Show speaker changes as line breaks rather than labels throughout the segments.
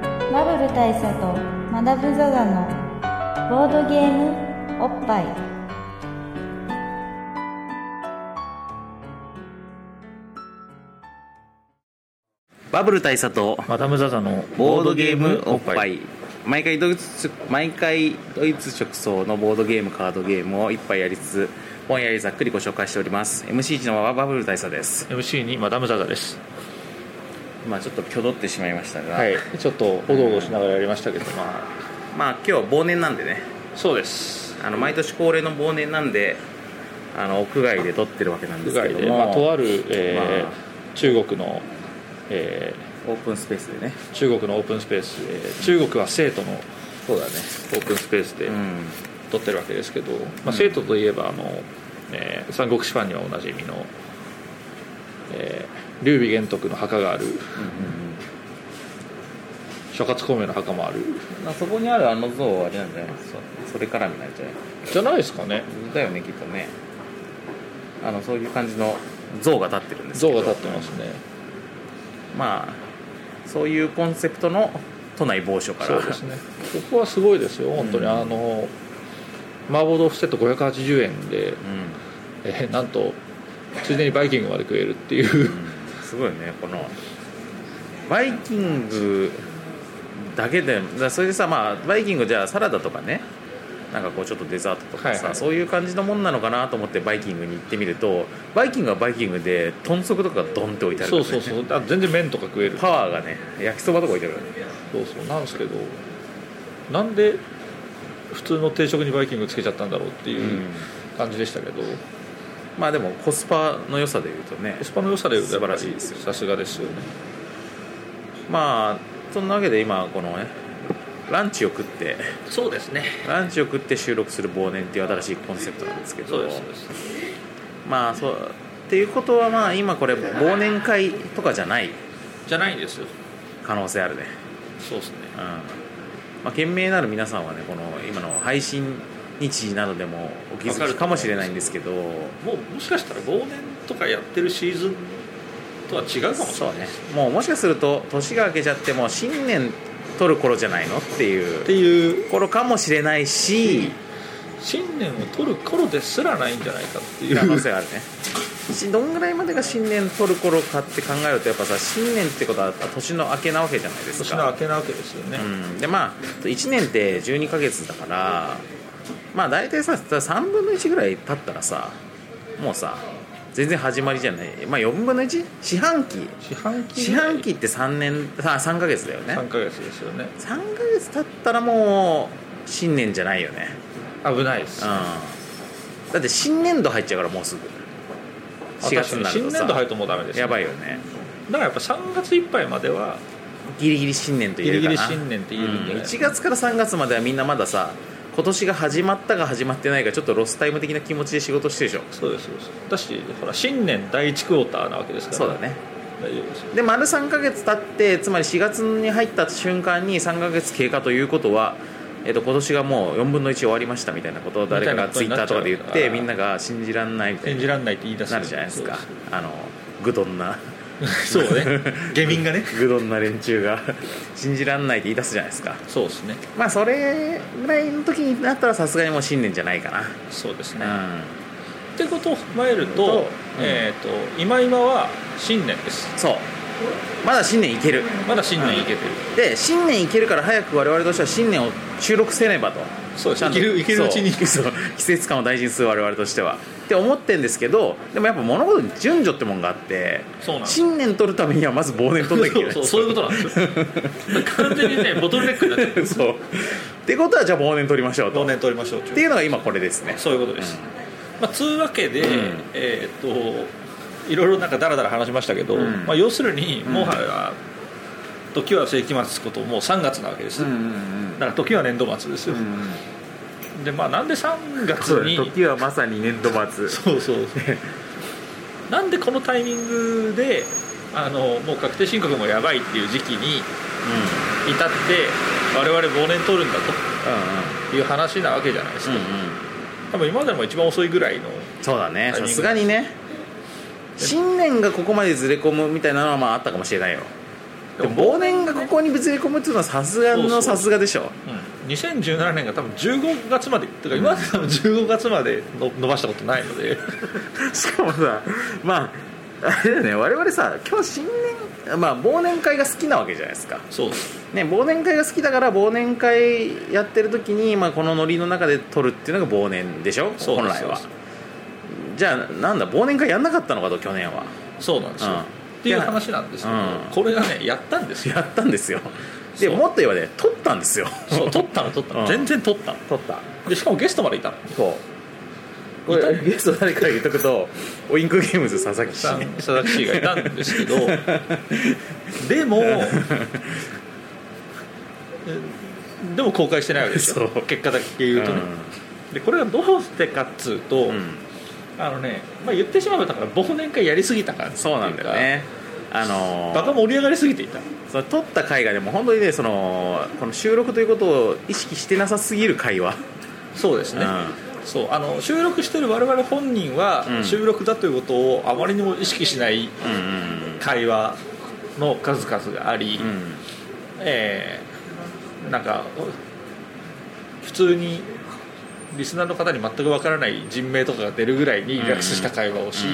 部大佐とマダム・ザ・ザのボードゲームおっぱい
バブル大佐と
マダム・ザ・ザの
ボードゲームおっぱい毎回ドイツ毎回ドイツ直送のボードゲームカードゲームを一杯やりつつぼんやりざっくりご紹介しております MC1 のバブル大佐です
MC にマダム・ザ・ザです
まあちょっと挙動ってしまいましたが、
はいちょっとおどおどしながらやりましたけどまあ
まあ今日は忘年なんでね
そうです
あの毎年恒例の忘年なんであの屋外で撮ってるわけなんで
部
すけ
外
ど
で、
も、
まあ、とある、えー
ま
中国の、え
オープンスペースでね
ー中国のオープンスペース、えー中国は生徒のオ
そうだね
ープンスペースで
うん
撮ってるわけですけど、まあ、生徒といえばあの、えー三国志ファンにはおなじみの、えー、劉備玄徳の墓がある諸葛孔明の墓もある
まあそこにあるあの像はあれなんじゃないそそれからみなんじゃない
じゃないですかね
だよねきっとねあのそういう感じの像が立ってるんですけ
像
ど
が立ってますね
まあそういうコンセプトの都内某所から
そうですねここはすごいですよ本当に、
うん
あの麻婆豆腐セット580円で、
う
えーなんとついでにバイキングまで食えるっていう、
ん、すごいねこのバイキングだけでだからそれでさまあバイキングじゃあサラダとかねなんかこうちょっとデザートとかさ、
はいはい
そういう感じのもんなのかなと思ってバイキングに行ってみるとバイキングはバイキングで豚足とかがドンって置いてあるか
そ
ら
う
ね
そうそうあ全然麺とか食える
パワーがね焼きそばとか置いてあるからね
そうそうなんですけどなんで普通の定食にバイキングつけちゃったんだろうっていう感じでしたけど、
まあでもコスパの良さでいうとね
コスパの良さで言うとやっぱり
素晴らしいですよ
さすがですよね
まあそんなわけで今このねランチを食って
そうですね
ランチを食って収録する忘年っていう新しいコンセプトなんですけど
そうですそうです
まあそうっていうことはまあ今これ忘年会とかじゃない
じゃないんですよ
可能性あるね
そうですね
うんまあ賢明なる皆さんはねこの今の配信日時などでもお気
わか
づ
る
きかもしれないんですけど
もうもしかしたら忘年とかやってるシーズンとは違うかもしれ
そ
な
う
い
ねもうもしかすると年が明けちゃってもう新年取る頃じゃないのっていう
っていう
頃かもしれないし
信念を取る頃ですらないんじゃないかっていう
可能性があるねしどんぐらいまでが新年取る頃かって考えるとやっぱさ新年ってことは年の明けなわけじゃないですか
年の明けなわけですよね、
うん、でまあ1年って12ヶ月だからまあ大体さ3分の1ぐらい経ったらさもうさ全然始まりじゃないまあ4分の 1? 四半期
四半期
四半期って3年あ3ヶ月だよね
3ヶ月ですよね
3ヶ月経ったらもう新年じゃないよね
危ないです、
うんだって新年度入っちゃうからもうすぐ4月になると
新
さ
年度入るともうダメです、ね、
やばい
よ
よね
だからやっぱ3月いっぱいまでは
ギリギリ新年と言えるかな
ギリギリ新年って言えるんじゃない
1月から3月まではみんなまださ今年が始まったか始まってないかちょっとロスタイム的な気持ちで仕事してるでしょ
そうですそうですだしほら新年第1クォーターなわけですから
そうだね
大丈夫ですよ
で丸3ヶ月経ってつまり4月に入った瞬間に3ヶ月経過ということは、えっと今年がもう4分の1終わりましたみたいなことを誰かが
みた
ツイッ
いな
タ
こ
ー
と
と
に
かで言っ
なっちゃ
て
う
みんなが信じらんないみたい
信
な
じらんないって言い出す
なるじゃないですかあのグドンな
そうで すそうね下民がね
グドンな連中が 信じらんないって言い出すじゃないですか
そうですね
まあそれぐらいの時になったらさすがにもう新年じゃないかな
そうですね、
う
ってことを踏まえると,、
とうん
えー、と今今は新年です
ん、そうまだ新年いける
まだ新年いけてる、
で新年いけるから早く我々としては新年を収録せねばと
そうです
ちゃんと
いけるいけるうちに
そうそう季節感を大事にする我々としてはって思ってんですけどでもやっぱ物事に順序ってもんがあって
そうなんです
新年取るためにはまず忘年取ってきて
そう そうそういうことなんですよ完全 にねボトルネックになって る
そうってことはじゃあ忘年取りましょうと
忘
っ
年取りましょうって
て
いう
いうのが今これですね
そういうことです、まあ、つうわけで、
ん
えっ、といろいろなんかダラダラ話しましたけど、
うん
まあ、要するにもはや時は世紀末こともう3月なわけです、
うんうん
だから時は年度末ですよ、
うんうん
でまあなんで3月
そうだ
に
ね時はまさに年度末
そうそうなんでこのタイミングであのもう確定申告もやばいっていう時期に至って我々忘年取るんだ
う
という話なわけじゃないです
ん
か、
うんうんうん
多分今までも一番遅いぐらいの
そうだね
タイ
さ
ミング
すがにね新年がここまでずれ込むみたいなのはまああったかもしれないよでも忘年がここにぶつれ込むっていうのはさすが
そうそ
の
う
さすがでしょ
うん、2017年が多分15月までとか今まで多分15月までの伸ばしたことないので
しかもさまああれだよね我々さ今日新年まあ忘年会が好きなわけじゃないですか
そう
ね忘年会が好きだから忘年会やってる時に、まあ、このノリの中で撮るっていうのが忘年でしょ
そう
本
です
来は
そうで
じゃあなんだ忘年会やんなかったのかと去年は
そうなんですよ、
うん
っていう話なんですけど、
うん
これがねやったんですよ
やったんですよで
そう
もっと言えばね撮ったんですよ
そう取ったの取ったの、
うん
全然取ったの
撮った
でしかもゲストまでいたの
そうこ
いた
れゲスト誰か言っとくとオインクゲームズ佐々木氏
さん佐々木氏がいたんですけ どでもえでも公開してないわけですよ
そう
結果だけ言うとね、でこれがどうしてかっつうと、
うんうん
あのね、まあ、言ってしまえばだから忘年会やりすぎたから
そうなんだよねあのー
バカ盛り上がりすぎていた
その撮った回がでもう本当にねそのこの収録ということを意識してなさすぎる回話
そうですね、そうあの収録してる我々本人は、
うん
収録だということをあまりにも意識しな
うん
い
うん
会話の数々があり、
うんうん
えーなんか普通にリスナーの方に全くわからない人名とかが出るぐらいにリラックスした会話をし、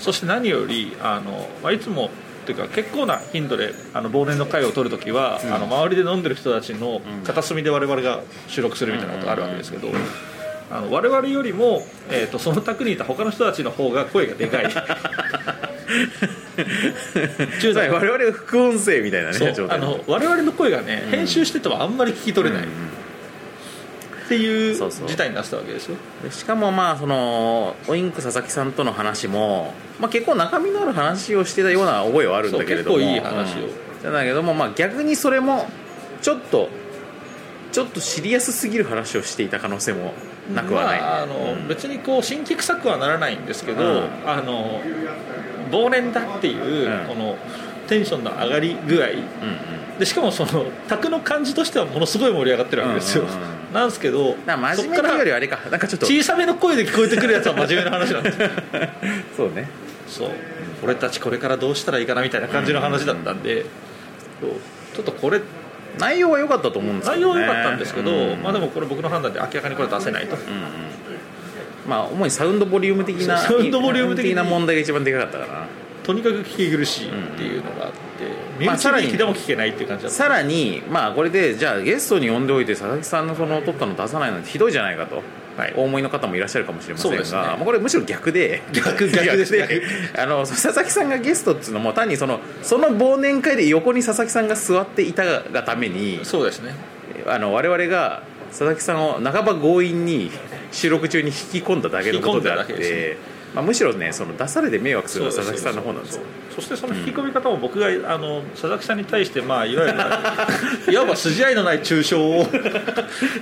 そして何よりあの、まあ、いつもっていうか結構な頻度であの忘年の会を取るときは、
うん
あの周りで飲んでる人たちの
ん
片隅で我々が収録するみたいなことがあるわけですけど。あの我々よりも、えー、とその宅にいた他の人たちの方が声がでか い
中
10
代
代
我々副音声みたいな
そ
ね
う
状
あ
態
の我々の声がね、
ん
編集しててもあんまり聞き取れない、
うんうん
っていう
そうそう
事態になってたわけですよ
でしかもまあそのオインク佐々木さんとの話も、まあ、結構中身のある話をしてたような覚えはあるんだけれども
そう結構いい話を
うんだけども、まあ、逆にそれもちょっとちょっとシリアスすぎる話をしていた可能性もなくはない、
まあ、あの
うん
別にこう新規臭くはならないんですけど、
うん
あの忘年だってい
う
う、
ん
このテンションの上がり具合
うんうん
でしかもその卓の感じとしてはものすごい盛り上がってるわけですよ、
うんうん
なんですけど
だから真面目
そっ
という
か
より
ら
はあれかなんかちょっと
小さめの声で聞こえてくるや つは真面目な話なんですよ
そうね
そう俺たちこれからどうしたらいいかなみたいな感じの話だったんで、そうちょっとこれ
内容は良かったと思うんですけ
内
ど、
容
ね、
は良かったんですけど、
うん
まあ、でもこれ僕の判断で明らかにこれ出せないと、
まあ主にサウンドボリューム的な
そうサウンドボリューム的に
な問題が一番でかかったかな
とにかく聞き苦しいっていうのがあって、身
まあさら
内
に
にでも聞けないっていう感じだった、
さらに、まあ、これでじゃあゲストに呼んでおいて佐々木さんのその取ったの出さないなんてひどいじゃないかと、
はい
お思いの方もいらっしゃるかもしれません
そう
が
ですね
まあ、これむしろ 逆で
逆逆です
であの佐々木さんがゲストっていうのも単にそのその忘年会で横に佐々木さんが座っていたがために
そうですね
あの我々が佐々木さんを半ば強引に収録中に引き込んだだけのことであって、
引き込んだだけで
まあ、むしろねその出されて迷惑するのは
そう
佐々木さんの方なんですよ
そうそしてその引き込み方も僕が、あの佐々木さんに対してまあい わゆるいわば筋合いのない中傷を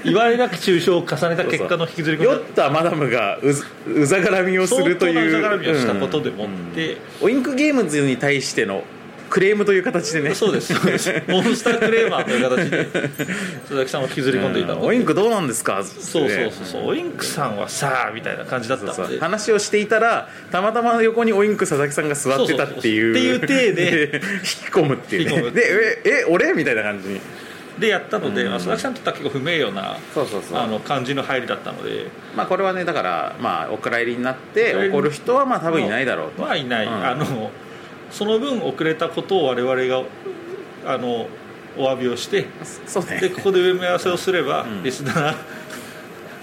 いわれなく中傷を重ねた結果の引きずり込
酔っ
み
たマダムがうずうざがらみをするという
相当なうざ絡みをしたことでもって、
オインクゲームズに対してのクレームという形でね
そうですそうですモンスタークレーマーという形で佐々木さんを引きずり込んでいたので、
オインクどうなんですか
そうそうそうそう、オインクさんはさあみたいな感じだったんで
そうそう話をしていたらたまたま横にオインク佐々木さんが座ってたっていう
そうそうそうっていう体で
引き込むっていう
引き込
ね
む
でええ俺みたいな感じに
でやったので、まあ、佐々木さんにとっては結構不名誉な
そうそうそう
あの感じの入りだったので
まあこれはねだからまあお蔵入りになって
お蔵入り
怒る人はまあ多分いないだろうと
まあいない、
うん
あのその分遅れたことを我々があのお詫びをして
そうね
でここで埋め合わせをすれば、
ん
リスナー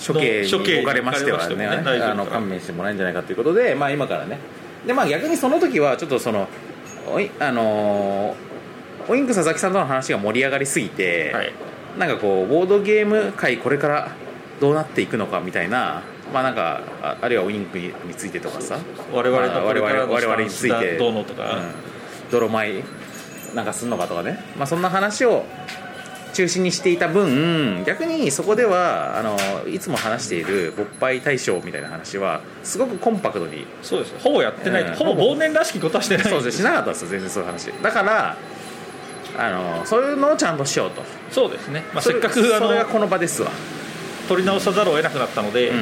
処刑
処
に
刑に
置かれましてはね
置かれましてもね大丈夫
あの勘弁してもらえるんじゃないかということでまあ今からねでまあ逆にその時はちょっとそのおいあのーオインク佐々木さんとの話が盛り上がりすぎて、
はい
なんかこうボードゲーム界これからどうなっていくのかみたいなまあなんかああるいはオインクについてとかさ
我々
まあ
のこれからの
我々
スタ
に
ン
つ
ス
い
だ
て
どうのとか、
うん、泥舞なんかすんのかとかね、まあ、そんな話を中心にしていた分逆にそこではあのいつも話している勃発大賞みたいな話はすごくコンパクトに
そうですほぼやってない、
うん
ほぼ忘年らしきことはしてない
そうですしなかったんですよ全然そういう話だからあのそういうのをちゃんとしようと、
そうですね、まあ、
そ
せ
れ
っかくあの
それがこの場ですわ、
取り直さざるを得なくなったので、
うん、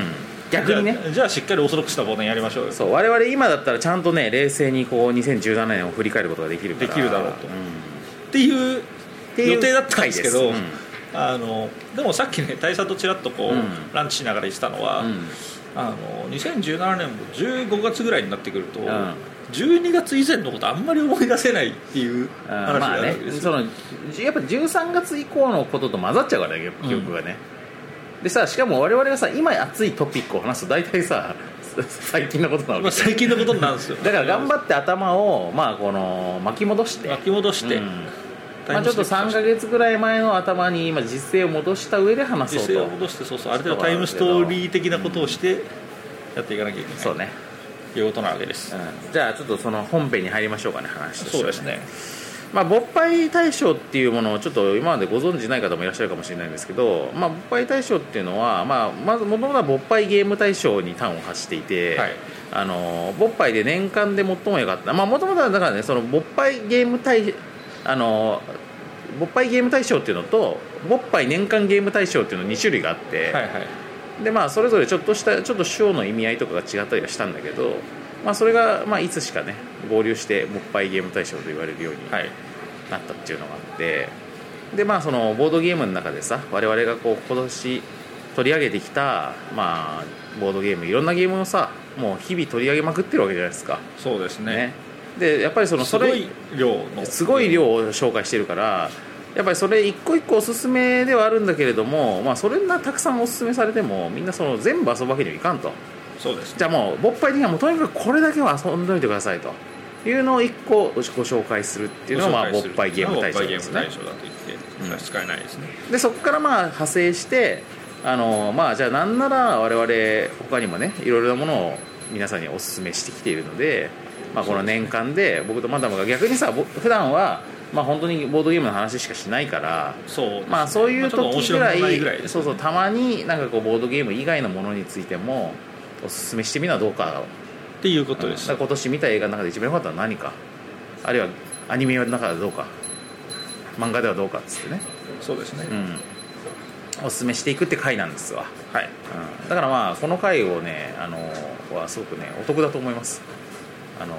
逆にね
じゃあじゃあしっかりオーソドックスな忘年やりましょうよ
そう我々今だったらちゃんとね冷静にこう2017年を振り返ることができるから
できるだろうと
ん
っていう
ていう
予定だったんですけど
回です
あのでもさっきね大佐とちらっとこう、
うん
ランチしながら言ってたのは、
うん
あの2017年も15月ぐらいになってくると、
ん
12月以前のことあんまり思い出せないっていう話
うん
が
ま
あ
あ
るわ
ね
けです
そ
よ、
のじやっぱ13月以降のことと混ざっちゃうからね記憶がね、でさしかも我々がさ今熱いトピックを話すと大体さ 最近のことなわけ
まあ
じゃん
最近のことなんですよ
だから頑張って頭を、まあ、この巻き戻して
巻き戻して、
うんまあ、ちょっと3か月ぐらい前の頭に今実勢を戻した上で話
実
そう
勢を
と
戻してそうそうある程度タイムストーリー的なことをしてやっていかなきゃいけない
そうね、
ということなわけです、
うん、じゃあちょっとその本編に入りましょうかね話としては
そうですね
まあ、勃発大賞っていうものをちょっと今までご存知ない方もいらっしゃるかもしれないんですけど、まあ、勃発大賞っていうのは、まあ、まずもともとは勃発ゲーム大賞に端を発していて、
はい
あの勃発で年間で最も良かったまあもともとはだからねその勃発ゲーム大あの勃発ゲーム大賞っていうのと勃発年間ゲーム大賞っていうの2種類があって、
はいはい
でまあそれぞれちょっとしたちょっと賞の意味合いとかが違ったりはしたんだけど、まあ、それが、まあ、いつしかね合流して勃発ゲーム大賞と言われるように
はい
なったっていうのがあってでまあそのボードゲームの中でさ我々がこう今年取り上げてきたまあボードゲームいろんなゲームをさもう日々取り上げまくってるわけじゃないですか
そうですね
ねでやっぱりその
す
そ
ご
れ
い量の
すごい量を紹介してるからやっぱりそれ一個一個おすすめではあるんだけれどもまあそれなたくさんおすすめされてもみんなその全部遊ぶわけにはいかんと
そうです
じゃあもう勃発にはもうとにかくこれだけは遊んどいてくださいというのを一個ご紹介するっていうのがまあ
ご
勃
紹介
発
す
ゲ
る
ーム大賞
勃発ゲ
で
ー
す
ム
ね
大賞だと言って差し支えないですね、
でそこからまあ派生してあのまあじゃあなんなら我々他にもねいろいろなものを皆さんにお勧めしてきているので、まあ、この年間で僕とマダムが逆にさぼ普段はまあ本当にボードゲームの話しかしないから
そうですね
まあそういう
まちょっと面
時
白
ぐ
く
らい,、
ないぐらいです
そうそうたまになんかこうボードゲーム以外のものについてもお勧めしてみるのはどうか
っていうことで
だ
す、
から今年見た映画の中で一番良かったのは何かあるいはアニメの中ではどうか漫画ではどうかっつってね
そうですね、
うん、おすすめしていくって回なんですわ、
はい
うん、だからまあこの回をねあのはすごくねお得だと思いますあの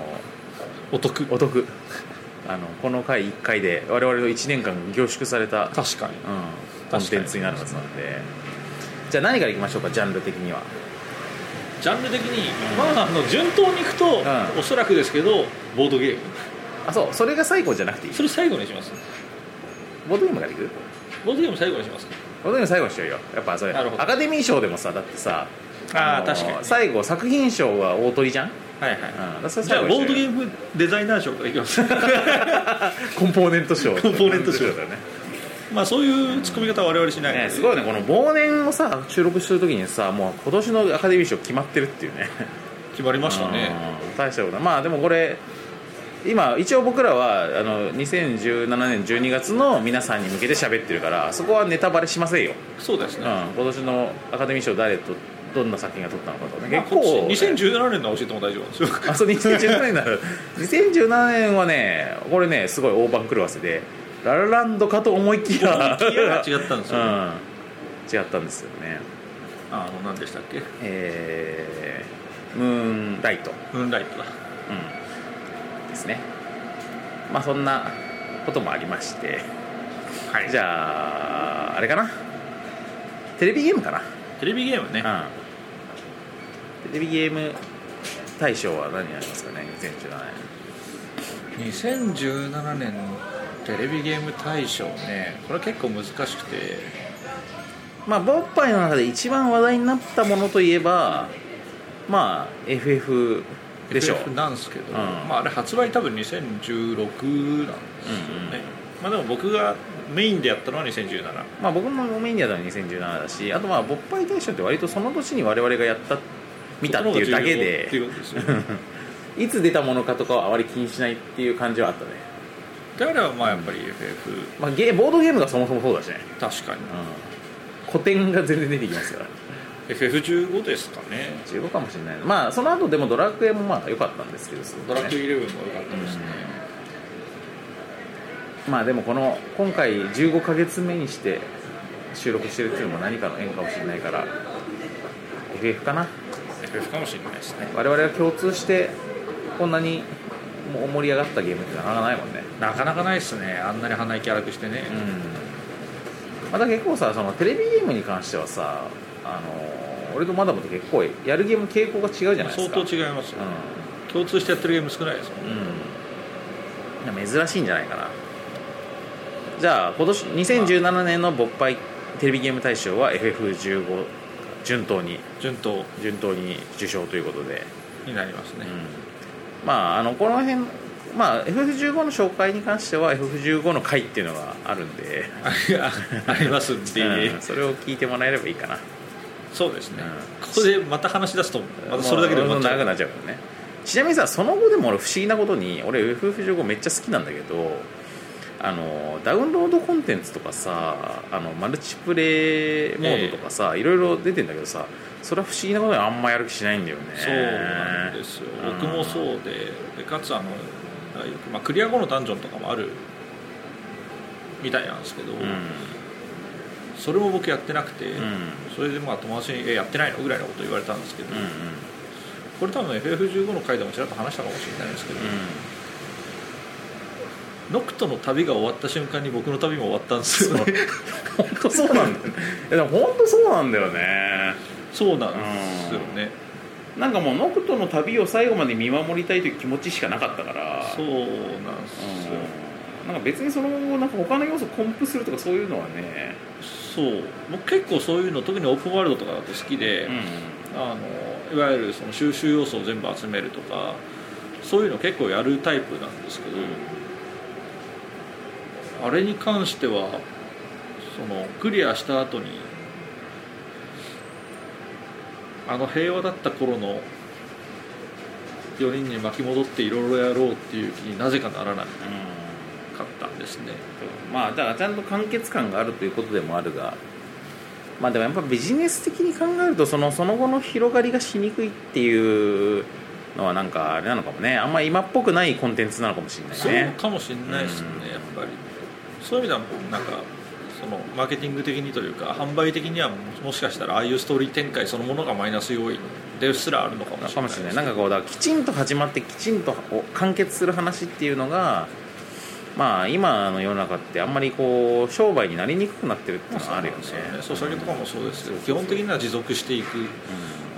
お得
お得 あのこの回1回で我々の1年間凝縮された、うん、
確かに
コンテンツになるはずなんでじゃあ何からいきましょうかジャンル的には
ジャンル的に、まあ、あの順当にいくと、
ん
おそらくですけどボードゲーム
あそうそれが最後じゃなくていい
それ最後にします
ボードゲームができる
ボードゲーム最後にします
ボードゲーム最後にしようよやっぱそれ
なるほど
アカデミー賞でもさだってさ
あー
の
確かに
最後作品賞は大鳥じゃん、うん、
はいはい
だからそれ
じゃ
最
あ
後にし
ボ
よ
ー
うよ
ドゲームデザイナー賞からいきます
コンポーネント賞
コンポーネント賞
だよね
まあそういうツッコミ方は我々しないので、
ねすごいねこの忘年をさ収録するときにさもう今年のアカデミー賞決まってるっていうね
決まりましたね
うん大したことないまあでもこれ今一応僕らはあの2017年12月の皆さんに向けて喋ってるからそこはネタバレしませんよ、
そうです
うん、
ね、
今年のアカデミー賞誰とどんな作品が取ったのかとかね
まあ、
結構ね、
こっち2017年のは教えても大丈夫なんですよ
あそう2017年になる2017年はねこれねすごい大盤狂わせでララランドかと思いきや
思いきや違ったんですよね
うん、違ったんですよね
あの何でしたっけ
えームーンライト、
ムーンライトだ
うん、ですねまあそんなこともありまして
は
じゃああれかなテレビゲームかな
テレビゲームね
うんテレビゲーム大賞は何になりますかね2017年
2017年テレビゲーム大賞ねこれ結構難しくて
まあ、ボッパイの中で一番話題になったものといえば、まあ、FF でしょう。
FF なんですけど、
ん
まあ、あれ発売多分2016なんですよね、まあ、でも僕がメインでやったのは2017
まあ、僕もメインでやったのは2017だし、あとまあ、ボッパイ大賞って割とその年に我々がやった、見たっていうだけ
って
で、
いうことですよ
いつ出たものかとかはあまり気にしないっていう感じはあったね。
であればまあやっぱり FF
まあ、ゲーボードゲームがそもそもそうだしね。
確かに
うん。古典が全然出てきますから。
FF15 ですかね
15かもしれない。まあ、その後でもドラクエもまあ良かったんですけど、すごく
ド
ね
ラクエ11も良かったですね、
まあでもこの今回15ヶ月目にして収録してるっていうのも何かの縁かもしれないから FF かな
FF かもしれないですね
我々が共通してこんなにも盛り上がったゲームってなかなかないもんね
なかなかないっすねあんなに鼻息荒くしてね、
また結構さそのテレビゲームに関してはさあの俺とマダムと結構やるゲーム傾向が違うじゃないで
相
すか
当違いますよ、共通してやってるゲーム少ないですもん、
うん、うん、珍しいんじゃないかなじゃあ今年2017年の勃発テレビゲーム大賞は FF15 順当に
順当
順当に受賞ということで、
になりますね、
うんまああのこの辺まあ FF15 の紹介に関しては FF15 の回っていうのがあるんで、
あありますんで、
うんそれを聞いてもらえればいいかな
そうですね、
う
ここでまた話し出すとまたそれだけで
もう
終わっちゃ
長
う
くなっちゃうからねちなみにさその後でも俺不思議なことに俺 FF15 めっちゃ好きなんだけどあのダウンロードコンテンツとかさあのマルチプレイモードとかさ、いろいろ出てんだけどさそれは不思議なことにあんまやる気しないんだよね
そうなんですよ、僕もそうででかつあの、まあ、クリア後のダンジョンとかもあるみたいなんですけど、
うん、
それも僕やってなくて、
うんうん
それでまあ友達に「えやってないの?」ぐらいのこと言われたんですけど、
うん
これ多分 FF15 の回でもちらっと話したかもしれないですけど、ノクトの旅が終わった瞬間に僕の旅も終わったんですよね
本当そうなんだよねいやでも本当そうなんだよね
そうなんですよね、
なんかもうノクトの旅を最後まで見守りたいという気持ちしかなかったから
そうなん
う
ですよ、
んなんか別にそのなんか他の要素コンプするとかそういうのはね、
そう僕結構そういうの特にオープンワールドとかだと好きで、あのいわゆるその収集要素を全部集めるとかそういうの結構やるタイプなんですけど、あれに関してはそのクリアした後にあの平和だった頃の4人に巻き戻っていろいろやろうっていう気になぜかならなかったんですね
まあだからちゃんと完結感があるということでもあるがまあでもやっぱビジネス的に考えるとそのその後の広がりがしにくいっていうのはなんかあれなのかもねあんま今っぽくないコンテンツなのかもしれない
そう
ね
かもしれないですね、
うん
やっぱりそういう意味ではなんかそのマーケティング的にというか販売的にはももしかしたらああいうストーリー展開そのものがマイナス要因ですらあるのかもし
かも
れない
し
です
れないなんかこうだからきちんと始まってきちんと完結する話っていうのがまあ今の世の中ってあんまりこう商売になりにくくなってるっていうのはあるよね
そうなんですよねソシャゲとかもそうですけど基本的には持続していく
うん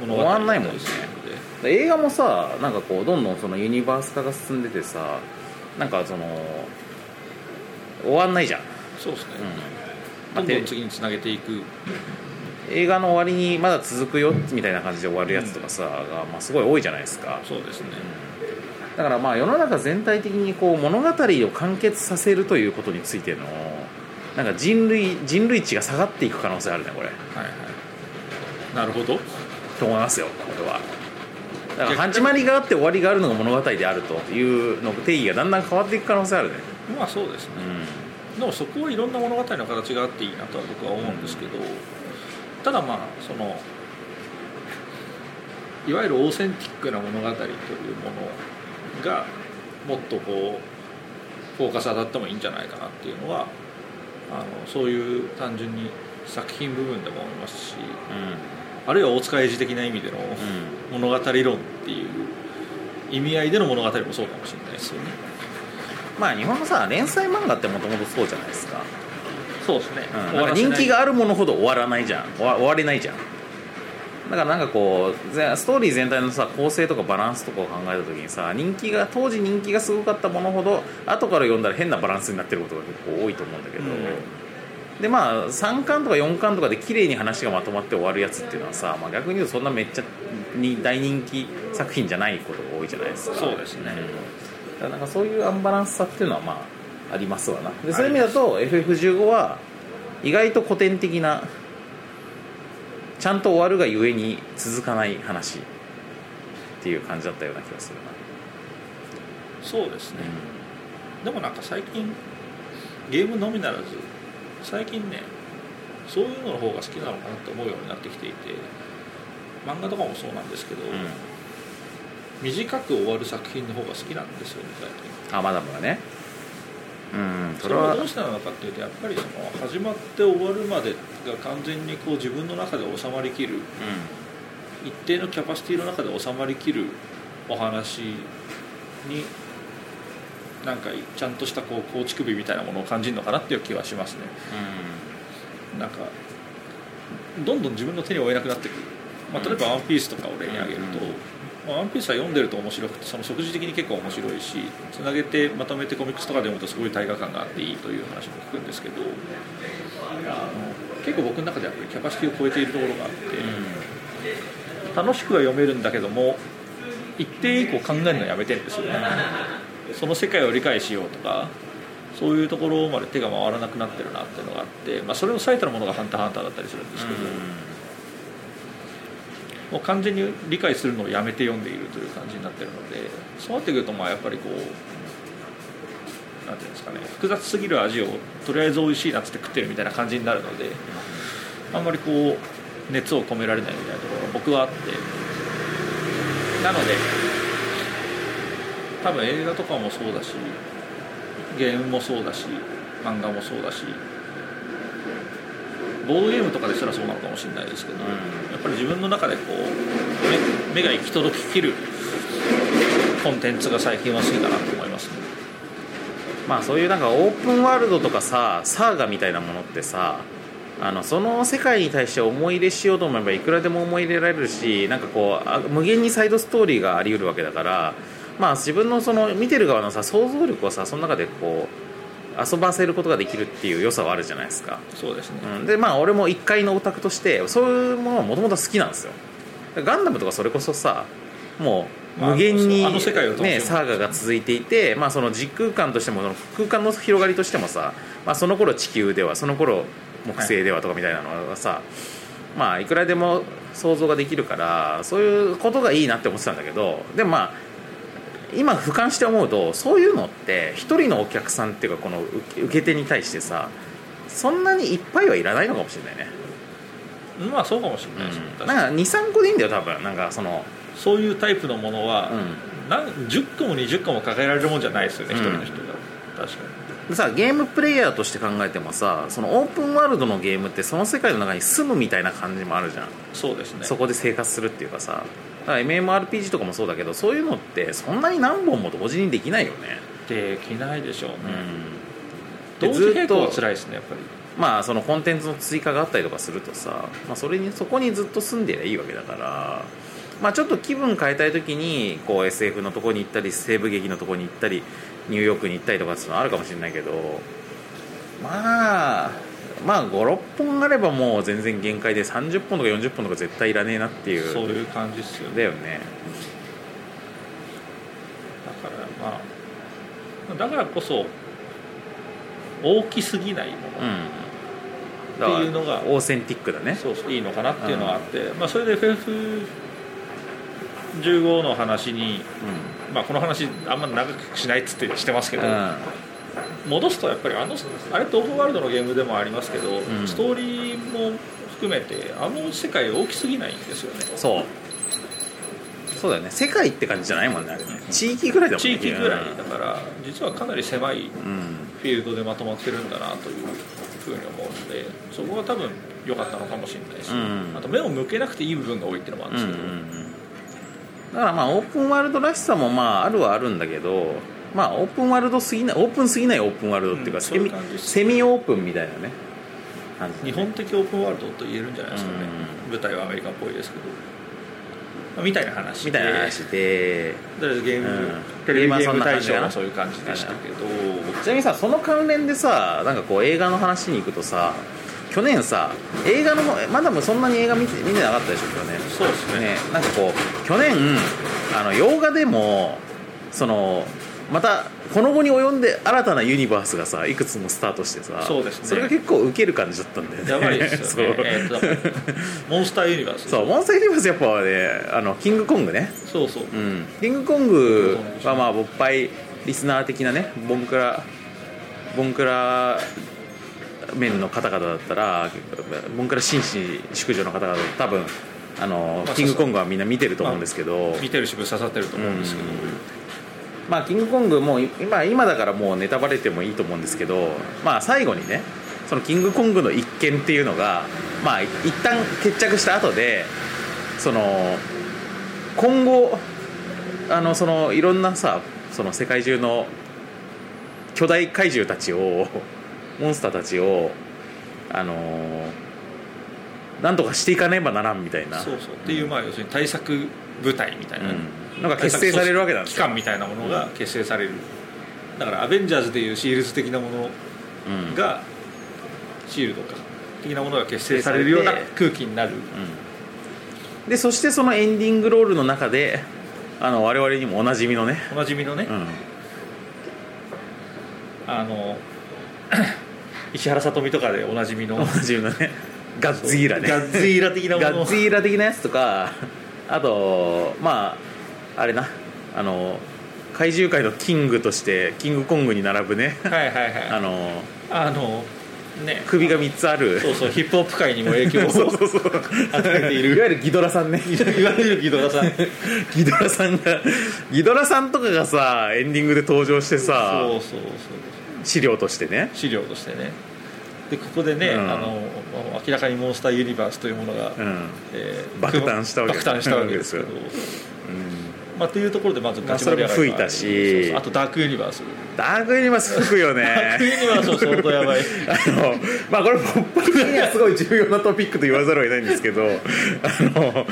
物
終
語
わ
だ
ん
った
ない
り
もんね
するので
映画もさなんかこうどんどんそのユニバース化が進んでてさなんかその終わんないじゃん、うん
そうですね、
まあ
どん
て
どん次につなげていく
映画の終わりにまだ続くよみたいな感じで終わるやつとかさ、が、まあ、すごい多いじゃないですか
そうですね
だからまあ世の中全体的にこう物語を完結させるということについてのなんか人類人類値が下がっていく可能性あるねこれ
はいはいなるほど
と思いますよこれはだから始まりがあって終わりがあるのが物語であるというの定義がだんだん変わっていく可能性あるね
まあそうですね
う
でもそこはいろんな物語の形があっていいなとは僕は思うんですけど、ただまあそのいわゆるオーセンティックな物語というものがもっとこうフォーカス当たってもいいんじゃないかなっていうのはあのそういう単純に作品部分でも思いますし
んうん
あるいは大塚絵師的な意味での
う
物語論っていう意味合いでの物語もそうかもしれないですよね。
まあ日本のさ連載漫画ってもともとそうじゃないですか,、
そうですね、
うん、
終わ
なんから
せ
人
ない
気があるものほど終わらないじゃん終わ終われないじゃんだからなんかこうぜストーリー全体のさ構成とかバランスとかを考えた時にさ人気が当時人気がすごかったものほど後から読んだら変なバランスになってることが結構多いと思うんだけど、でまあ3巻とか4巻とかで綺麗に話がまとまって終わるやつっていうのはさ、まあ、逆に言うとそんなめっちゃに大人気作品じゃないことが多いじゃないですか
そうですね
だからなんかそういうアンバランスさっていうのはまあありますわなでそういう意味だと FF15 は意外と古典的なちゃんと終わるがゆえに続かない話っていう感じだったような気がする
そうですね
な、、
でもなんか最近ゲームのみならず最近ねそういうのの方が好きなのかなって思うようになってきていて漫画とかもそうなんですけど、
うん
短く終わる作品の方が好きなんですよね最近
あマダムがねうんそ
それ
れ
は
は
どうしてなのかっていうとやっぱりその始まって終わるまでが完全にこう自分の中で収まりき
う
る一定のキャパシティの中で収まりきるお話になんかちゃんとしたこう構築美みたいなものを感じるのかなっていう気はしますねなんかどんどん自分の手に負えなくなってくる、まあ、例えば「ワンピースとかを例に挙げると
うん
「まあワンピースは読んでると面白くてその即時的に結構面白いしつなげてまとめてコミックスとかで読むとすごい大河感があっていいという話も聞くんですけどあの結構僕の中ではやっぱりキャパシティを超えているところがあって、楽しくは読めるんだけども一定以降考えるのやめてるんですよねその世界を理解しようとかそういうところまで手が回らなくなってるなっていうのがあって、まあ、それを最たるものが「ハンターハンター」だったりするんですけど、もう完全に理解するのをやめて読んでいるという感じになってるのでそうなってくるとまあやっぱりこうなんていうんですかね複雑すぎる味をとりあえず美味しいなっつって食ってるみたいな感じになるのであんまりこう熱を込められないみたいなところが僕はあってなので多分映画とかもそうだしゲームもそうだし漫画もそうだしボードゲームとかですらそうなのかもしれないですけど、やっぱり自分の中でこう目目が行き届ききるコンテンツが最近は好きだなと思いますね
まあそういうなんかオープンワールドとかさサーガみたいなものってさあのその世界に対して思い入れしようと思えばいくらでも思い入れられるしなんかこうあ無限にサイドストーリーがあり得るわけだからまあ自分のその見てる側のさ想像力をさその中でこう遊ばせることができるっていう良さはあるじゃないですか。
そうですね、
うん、でまあ俺も一階のオタクとしてそういうものはもともと好きなんですよガンダムとかそれこそさもう
まあ
無限に、
あの世界を楽しむ
ね、サーガが続いていて、まあ、その時空間としてもその空間の広がりとしてもさ、まあ、その頃地球ではその頃木星ではとかみたいなのがさ、まあいくらでも想像ができるからそういうことがいいなって思ってたんだけどでもまあ今俯瞰して思うとそういうのって一人のお客さんっていうかこの受受け手に対してさそんなにいっぱいはいらないのかもしれないね、
まあそうかもしれないですね、
うん、
確か
なんか23個でいいんだよ多分なんかその、
にそういうタイプのものは、なん10個も20個も抱えられるもんじゃないですよね、
うん
一人の人が確か
でさゲームプレイヤーとして考えてもさそのオープンワールドのゲームってその世界の中に住むみたいな感じもあるじゃん
にそうですね
そこで生活するっていうかさだから MMORPG とかもそうだけどそういうのってそんなに何本も同時にできないよね、
できないでしょうね、
で
同時並行は
ずっと
辛いですねやっぱり
まあそのコンテンツの追加があったりとかするとさ、まあ、それにそこにずっと住んでりゃいいわけだから、まあ、ちょっと気分変えたい時にこう SF のとこに行ったり西部劇のとこに行ったりニューヨークに行ったりとかっていうのはあるかもしれないけどまあまあ56本あればもう全然限界で30本とか40本とか絶対いらねえなっていう
そういう感じっすよね
だよね
だからまあだからこそ大きすぎないもの、
うん
っていうのが
だからオーセンティックだね
そうそういいのかなっていうのはあって、まあ、それで FF15 の話に、
う
まあ、この話あんま長くしないっつってしてますけ
ん
ど、戻すとやっぱりあのあれ東方ワールドのゲームでもありますけど、
ん
ストーリーも含めてあの世界大きすぎないんですよね
そうそうだよね世界って感じじゃないもんねあれね地域ぐらいだもん
地
ね
域ぐらいだから実はかなり狭い
うん
フィールドでまとまってるんだなというふうに思うのでそこは多分良かったのかもしれないし、
うん
あと目を向けなくていい部分が多いっていうのもある
うんんう
で
ん
すけど、
うんだからまあオープンワールドらしさもまああるはあるんだけどまあオープンワールドすぎないオープンすぎないオープンワールドっていうか、
うん
セミ
そういう感じです
セミオープンみたいなね感じ
日本的オープンワールドと言えるんじゃないですかね、
う
舞台はアメリカっぽいですけど、まあみたいな話で
みたいな話で
とりあえずゲーム、
うん
テレビ
ゲームは
ゲー
そん
ム
な感
大
じか
賞
な
もそういう感じでしたけど
ちなみにさその関連でさなんかこう映画の話に行くとさ去年さ映画の方マダムそんなに映画見て見てなかったでしょ去年
そうですね
ね、なんかこう去年あの洋画でもそのまたこの後に及んで新たなユニバースがさいくつもスタートしてさ
そうですね
れが結構ウケる感じだったんだよね
やばいですよね
そう,、
えーとモンスターユニバース
そうモンスターユニバースやっぱねあのキングコングね、
そうそう
うん、キングコングはまあ勃発リスナー的なねボンクラボンクラ面の方々だったらボンクラ紳士淑女の方々だったら多分あの、
まあ
キングコングはみんな見てると思うんですけど、
見てるしぶ刺さってると思うんですけど、
うんまあ、キングコングもう今今だからもうネタバレてもいいと思うんですけど、まあ、最後にねそのキングコングの一件っていうのが、まあ、一旦決着した後でその今後あのそのいろんなさその世界中の巨大怪獣たちをモンスターたちをあのなんとかしていかねばならんみたいな
そうそうっていうまあ要するに対策部隊みたいな、
うん、なんか結成されるわけなんです
機
よ、
関みたいなものが結成されるだからアベンジャーズでいうシールズ的なもの
うん
が、シールドか的なものが結成されるような空気になる
うんでそしてそのエンディングロールの中であの我々にもおなじみのね、
おなじみのね、
うん、
あの 石原さとみとかでおなじみの
おなじみのねガッツイーラね
ガッツイーラ的なもの
ガッツイーラ的なやつとかあとまああれなあの怪獣界のキングとしてキングコングに並ぶね
はいはいはい
あの
あのね
首が3つある
そうそうヒップホップ界にも影響を
そうそうそう
与えている
いわゆるギドラさんね
いわゆるギドラさん
ギドラさんがギドラさんとかがさエンディングで登場してさ
そうそうそう
資料としてね
資料としてねでここでね、
うん
あのまあ明らかにモンスターユニバースというものが、
うん
えー
爆誕したわけ
爆誕したわけですけどまあ、というところでまずガチ盛り
ま
上がりがあり
あそれも吹いたし
そうそうあとダークユニバース
ダークユニバース吹くよ
ダークユ
ね
ニバースも相当や ばい
あのまあこれポップ的に はすごい重要なトピックと言わざるを得ないんですけどあの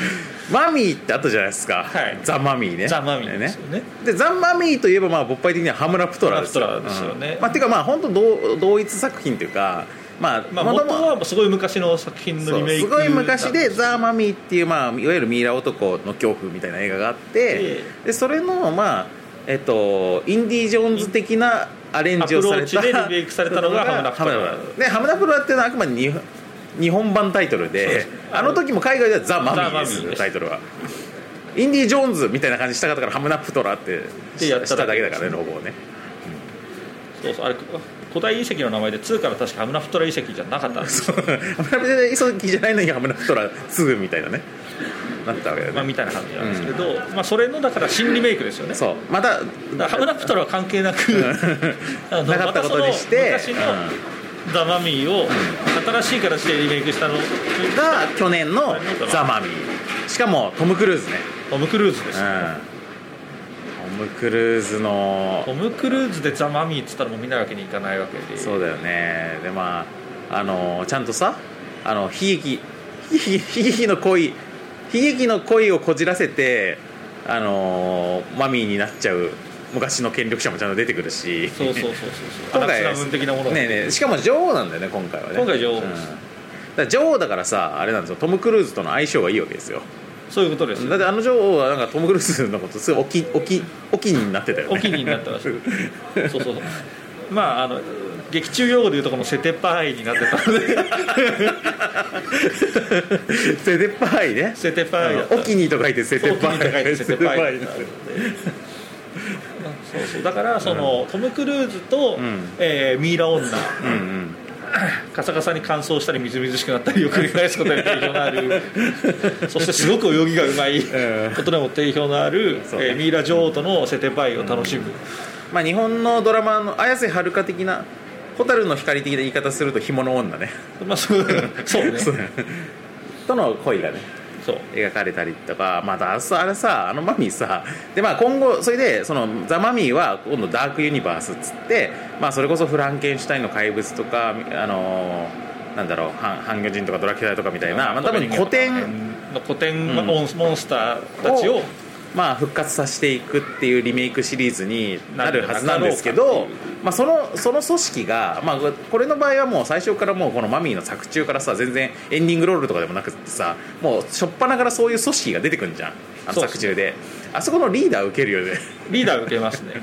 マミーってあったじゃないですか、
はい
ザ・マミーね
ザ・マミーですよね
でザ・マミーといえばまあ勃発的にはハムラプトラですよ
ハムラプトラですよね
うんまあ、ていうかまあ本当同同一作品というかまあ、
まあ
元
元
々
はすごい昔の作品の
そ
リ
う
メイ
す
ク
ごい昔で「ザ・マミー」っていう、まあ、いわゆるミイラ男の恐怖みたいな映画があって
え
でそれのまあえっとインディ・ージョーンズ的なアレンジをされた
アプローチでリメイクされたのがハムナプトラ
でハムナプトラっていうのはあくまで日本日本版タイトル
そう
で
です
あの時も海外では「ザ・マミ
ザ
ー」
マミ
です
ーです
タイトルは。インディ・ージョーンズみたいな感じしたかったからハムナプトラって
でやっただけ
しただけだからねロゴをね
そうそうあれ古代遺跡の名前で2から確かハムナプトラ遺跡じゃなかったんですよ
そうハムナプトラ急ぎじゃないのにハムナプトラ2みたいなねなったわけだよ
まあ、
ね
みたいな感じなんですけど、まあ、それのだから新リメイクですよね
そうまた
だからハムナプトラは関係なく あの
なかったことにして
またその昔のザ・マミーを新しい形でリメイクしたの
が去年の「ザ・マミー」しかもトム・クルーズね、
トム・クルーズで
う
す、
ん、トム・クルーズの
トム・クルーズでザ・マミーっつったらもう見ないわけにいかないわけで
そうだよねでまああのちゃんとさあの悲劇悲劇悲劇の恋悲劇の恋をこじらせてあのマミーになっちゃう昔の権力者もちゃんと出てくるし
そうそうそうそうそう
今
アナ
回
クスラムン的なものが
ねえねえしかも女王なんだよね今回はね
今回女王
うん
です
だから女王だからさあれなんですよトム・クルーズとの相性がいいわけですよ
そういうことです
だってあの女王はなんかトム・クルーズのことすごいおきおきおきになってたよね
お気になって ましたそうそうそうまああの劇中用語でいうとこのセテパイになってたので
セテパーイね
セテパイだった
おきにと書いてセテパ
大きい高
ー
い
イ
セテパイ
セテパーイ
そうそうだからその、トム・クルーズと、
ん
えーミイラ女
うんうん
カサカサに乾燥したりみずみずしくなったりを繰り返すことに定評の あるそしてすごく泳ぎがうまい
うん
ことでも定評のある、
そうね
えーミイラ女王とのセテパイを楽しむ、
まあ日本のドラマの綾瀬はるか的な蛍の光的な言い方すると紐の女ね
まあ、そうそう ね
そ
そう
うとの恋がね描かれたりとかまたあそあれさあのマミーさでまあ今後それでそのザ・マミーは今度ダークユニバースっつってまあそれこそフランケンシュタインの怪物とかあのーなんだろう半半魚人とかドラキュラとかみたいな、まあ、多分古典
の古典
うん
モンモンスターたちを
をまあ復活させていくっていうリメイクシリーズになるはずなんですけど、まあ、そのその組織が、まあ、これの場合はもう最初からもうこのマミーの作中からさ全然エンディングロールとかでもなくってさもう初っ端からそういう組織が出てくるじゃんあの
そう
作中であそこのリーダー受けるよね
リーダー受けます ね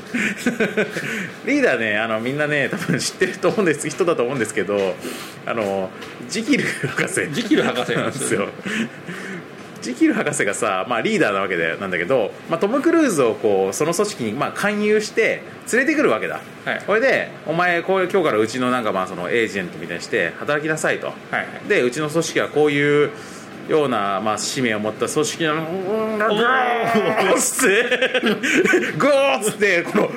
リーダーねあのみんなね多分知ってると思うんです人だと思うんですけどあのジキル博士
ジキル博士
な
なんん
で
ですす
よ
よ
ジキル博士がさ、まあ、リーダーなわけでなんだけど、まあ、トム・クルーズをこうその組織にまあ勧誘して連れてくるわけだ、
はい
これで「お前こう今日からうちのなんかまあそのエージェントみたいにして働きなさい」と、
はいはい
でうちの組織はこういうような、まあ、使命を持った組織なのうんゴ ーっつってゴーっつってこの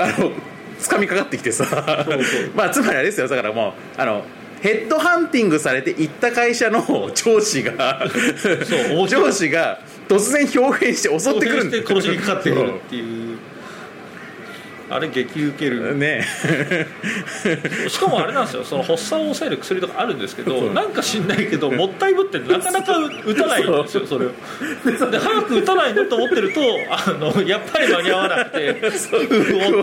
あの掴みかかってきてさ
そうそう
まあつまりあれですよだからもうあのヘッドハンティングされて行った会社の上司が
そう面白い
上司が突然表現して襲ってくるん
で殺しにかかってくるっていうあれ激ウケる
ね
しかもあれなんですよその発作を抑える薬とかあるんですけど、
うん
なんか知んないけどもったいぶってなかなか打たないんですよそれをで早く打たないのと思ってるとあのやっぱり間に合わなくて
そうう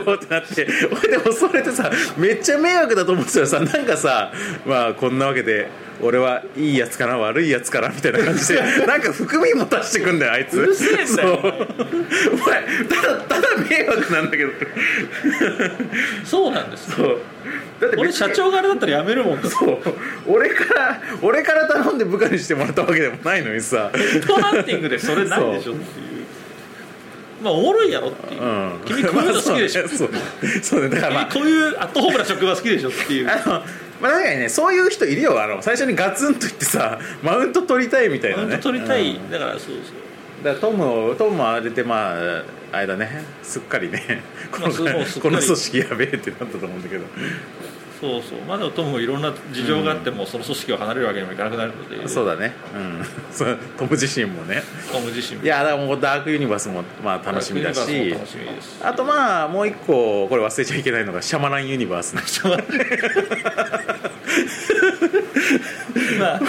おってなって俺でもそれってさめっちゃ迷惑だと思ってたらさなんかさまあこんなわけで俺はいいやつかな悪いやつかなみたいな感じ でなんか含み持たしてくんだよあいつ
うるせえんだよ
そうお前ただただ迷惑なんだけど
そうなんですよ
そうだって
俺
別に
社長があれだったら辞めるもんだ
そう俺から俺から頼んで部下にしてもらったわけでもないのにさ
ヘッドハンティングでそれないでしょっていうまあおもろいやろっていう、
うん
君こういうの好きでしょ、
まあ そうねそうそうねだからまあ
君こういうアットホームな職場好きでしょっていう
あのまあ、確かにねそういう人いるよあの最初にガツンと言ってさマウント取りたいみたいな
マウ
ね
ント取りたい、
うん
だからそうそう
だからトムをトムもあれでまああれだねすっかりねこ
まあ
の,、
そうもうすっか
こ
り
の組織やべえってなったと思うんだけど
そうそうまあでもトムもいろんな事情があっても、その組織を離れるわけにもいかなくなるので
そうだねうんそうトム自身もね
トム自身も
いやだからもうダークユニバースもまあ楽しみだ
ダークユニ
し
バースも楽しみです
あとまあもう一個これ忘れちゃいけないのがシャマランユニバースね
まあ
こ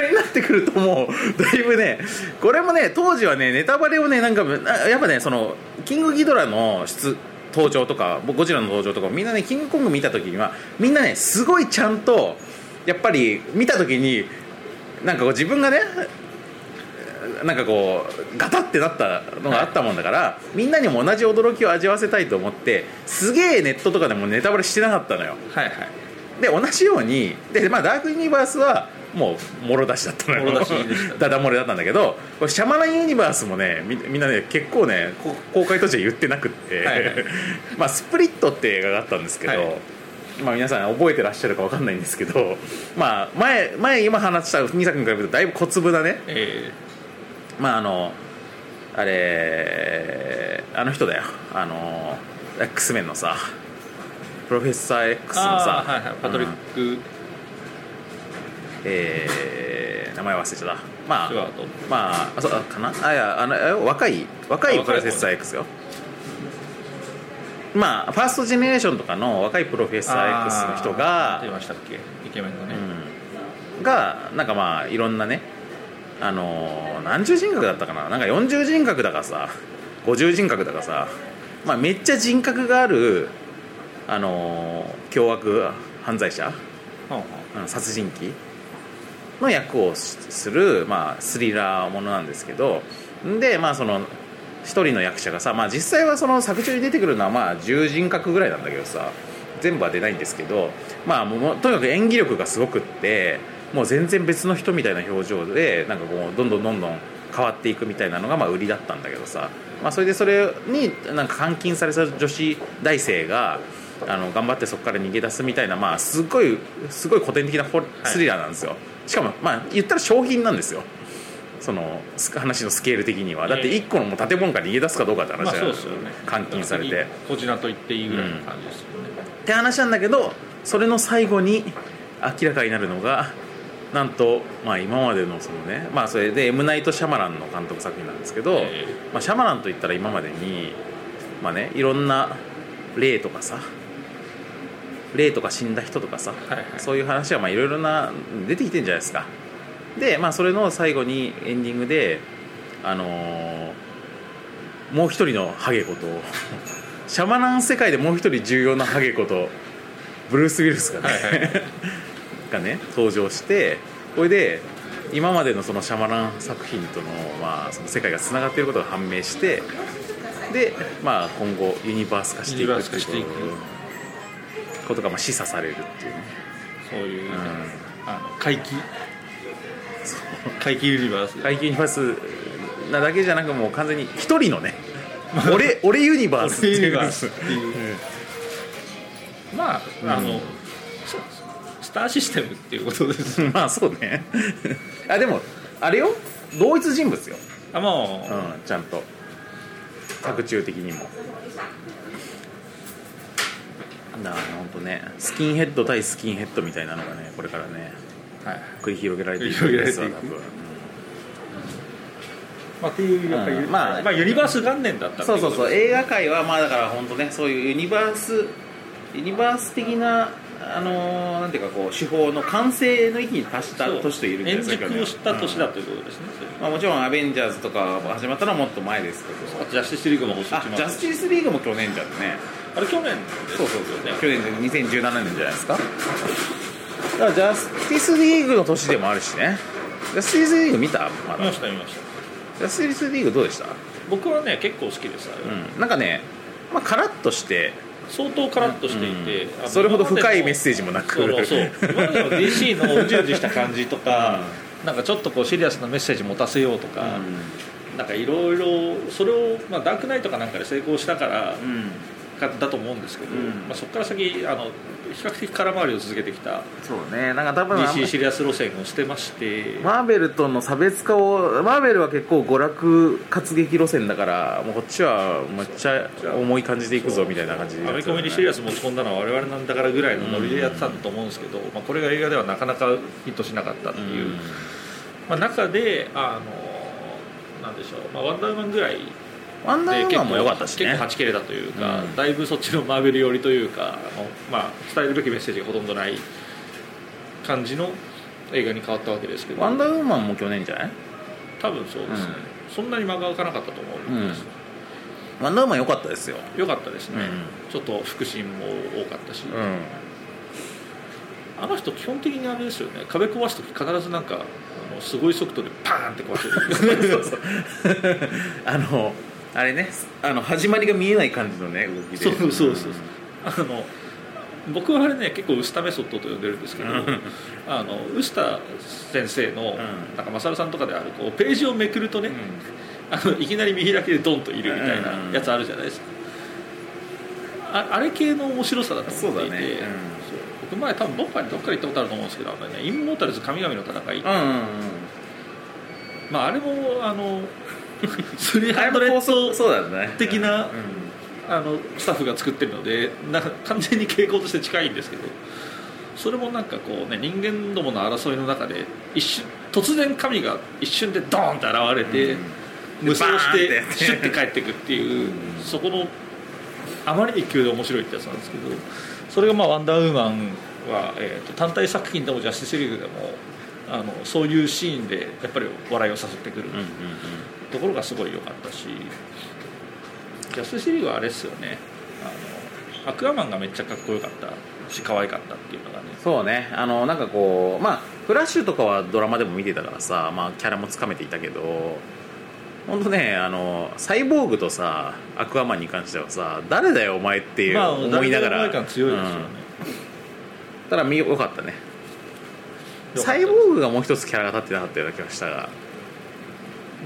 れになってくるともうだいぶねこれもね当時はねネタバレをねなんかあやっぱねそのキングギドラの出登場とかゴジラの登場とかみんなねキングコング見た時にはみんなねすごいちゃんとやっぱり見た時になんかこう自分がねなんかこうガタってなったのがあったもんだから、みんなにも同じ驚きを味わわせたいと思ってすげえネットとかでもネタバレしてなかったのよ
はいはい
で同じようにで、まあ、ダークユニバースはもうもろ出しだったの
も
よ
ろ出しでしたね
ダダ漏れだったんだけどこれシャマランユニバースもねみみんなね結構ねこ公開当時は言ってなくって、
はいはい
まあスプリットって映画があったんですけど、
はい
まあ、皆さん覚えてらっしゃるか分かんないんですけど、まあ、前前今話した2作に比べるとだいぶ小粒だね
え
まああのあれあの人だよあの X メンのさプロフェッサー X の
ー、
さ
あーはいはいパトリ
うん
ック・
えー名前忘れちゃったま
ス
あ
ワート、
まああそうあかなあいやあのえ若い若い
あ
プロフェッサー X よまあファーストジェネレーションとかの若いプロフェッサー X の人
出
が、
ましたっけイケメンのね、
うん、がなんかまあいろんなねあのー何十人格だったかななんか40人格だかさ50人格だかさ、まあ、めっちゃ人格がある、あのー凶悪犯罪者
はあは
あの殺人鬼の役をしする、まあ、スリラーものなんですけどでまあその一人の役者がさ、まあ、実際はその作中に出てくるのはまあ10人格ぐらいなんだけどさ全部は出ないんですけど、まあ、もうとにかく演技力がすごくってもう全然別の人みたいな表情でなんかこうどんどんどんどん変わっていくみたいなのがまあ売りだったんだけどさ、まあ、それでそれになんか監禁された女子大生があの頑張ってそこから逃げ出すみたいな、まあ、すごいすごい古典的なホスリラーなんですよ、しかも、まあ、言ったら商品なんですよそのす話のスケール的にはだって
ええ
1個のもう建物から逃げ出すかどうかって
あまあ
話じゃ
そ
な
う
い
ですよね
監禁されて。
小品と言っていいぐらいの感じですよね、
って話なんだけどそれの最後に明らかになるのがなんと、まあ、今までのそのね、まあ、それで「M ナイト・シャマラン」の監督作品なんですけど、
え
まあ、シャマランといったら今までに、まあね、いろんな霊とかさ霊とか死んだ人とかさ、
はいはい
そういう話はまあいろいろな出てきてんじゃないですかで、まあ、それの最後にエンディングで、あのーもう一人のハゲこと シャマラン世界でもう一人重要なハゲことブルース・ウィルスがね、
はいはい
がね登場してこれで今までのそのシャマラン作品との,、まあその世界がつながっていることが判明してで、まあ、今後ユニバース化してい
ユニ
く
バース化していく
ことがまあ示唆されるっていうね
そういう、
ん
あの怪奇怪奇ユニバース
階級ユニバースなだけじゃなくもう完全に一人 のね俺俺ユニバースって
ユニ
いう
バースっていうまああの、
うん
そスターシステムっていうことで す
うんまあそうねあでもあれよ同一人物よ、
あもう、
うん、ちゃんと作中的にもだからほんとねスキンヘッド対スキンヘッドみたいなのがねこれからね
はい
繰り広げられてい
繰
くん
り広げら
で
れ
す
てい
わ
く
多分、うん
まあ、っていうやっぱり、
うんまあ
まあ、ユニバース元年だったって
そ
いうこ
そ
と
う
で
そう映画界はまあだから本当ねそういうユニバースユニバース的なあのーなんていうかこう手法の完成の域に達した
そう
年と言えるんじゃないで
円
すか
熟をした年だ
うん
ということですね、それ
まあ、もちろんアベンジャーズとか始まったのはもっと前ですけど
ジャスティスリーグも星
あジャスティスリーグも去年じゃんね
あれ去年です
そうそうそう
ね
去年で2017年じゃないですかだからジャスティスリーグの年でもあるしねジャスティスリーグ見たま
見
だ
ま
ジ
した見ました
ャスティスリーグどうでした
僕はね結構好きですあれ、
うんなんかねまあカラッとして
相当カラッとしていて、
うん
あの
それほど深いメッ
ージ
セージもなく
そうそうそう今までの DC のうじうじした感じと か、なんかちょっとこうシリアスなメッセージ持たせようとか、なんかいろいろそれを、まあ、ダークナイトかなんかで成功したから、
うん
かだと思うんですけど、
うん
まあ、そこから先あの比較的空回りを続けてきた
そうねなんか多分あんま
DC シリアス路線をしてまして、
マーベルとの差別化をマーベルは結構娯楽活劇路線だからもうこっちはめっちゃ重い感じでいくぞみたいな感じで
アメリカメにシリアス持ち込んだのは我々なんだからぐらいのノリでやってたと思うんですけど、まあ、これが映画ではなかなかヒットしなかったって
う
いう、
ん
まあ、中であのなんでしょう、まあ、ワンダーウーマンぐらい
ワンダーウ
で
ーマンも良かったし
結
ね
構はち切れたというか、
うん
だいぶそっちのマーベル寄りというかあの、まあ、伝えるべきメッセージがほとんどない感じの映画に変わったわけですけど
ワンダーウーマンも去年じゃない
多分そうですね、そんなに間が空かなかったと思うんです、
ワンダーウーマン良かったですよ
よかったですね、ちょっと腹心も多かったし、
うん
あの人基本的にあれですよね壁壊す時必ずなんかあのすごい速度でパーンって壊して る
そうそうあのあれねあの始まりが見えない感じのね動きで
そうそうそうそうあの僕はあれね結構ウスタメソッドと呼んでるんですけど
ん
あのウスタ先生の、
ん
なんかマサルさんとかであるこうページをめくるとね、
うん
あのいきなり見開きでドンといるみたいなやつあるじゃないですか、ああれ系の面白さだと思って
そう
いて
だねうん
そう僕前多分どっかにどっかで行ったことあると思うんですけどあの、ね、インモータルズ神々の戦いって
うんうんうん
まあ、あれもあのスリー
あ
ハ
れ
ンド
も
レ
構
ッ
想
ド
そうだね
的
うん
なあのスタッフが作ってるのでな完全に傾向として近いんですけどそれもなんかこうね人間どもの争いの中で一瞬突然神が一瞬でドーンって現れて、無双し
バ
て
ーンって
シュッて帰ってくっていうそこのあまりに急で面白いってやつなんですけどそれがまあ「ワンダーウーマンは」えーと単体作品でもジャスティスリーグでもあのそういうシーンでやっぱり笑いを誘ってくる
うんうんうん
ところがすごい良かったしジャスティスリーグはあれですよねあのアクアマンがめっちゃかっこよかったし可愛かったっていうのがね
そうねあのなんかこうまあフラッシュとかはドラマでも見てたからさ、まあ、キャラもつかめていたけど本当ねあのサイボーグとさアクアマンに関してはさ誰だよお前っていう
まあ
思いながら、
誰でも可愛感強いですよね、
うんただ見よかったね
良か
サ
った
イボーグがもう一つキャラが立ってなかったような気がしたが、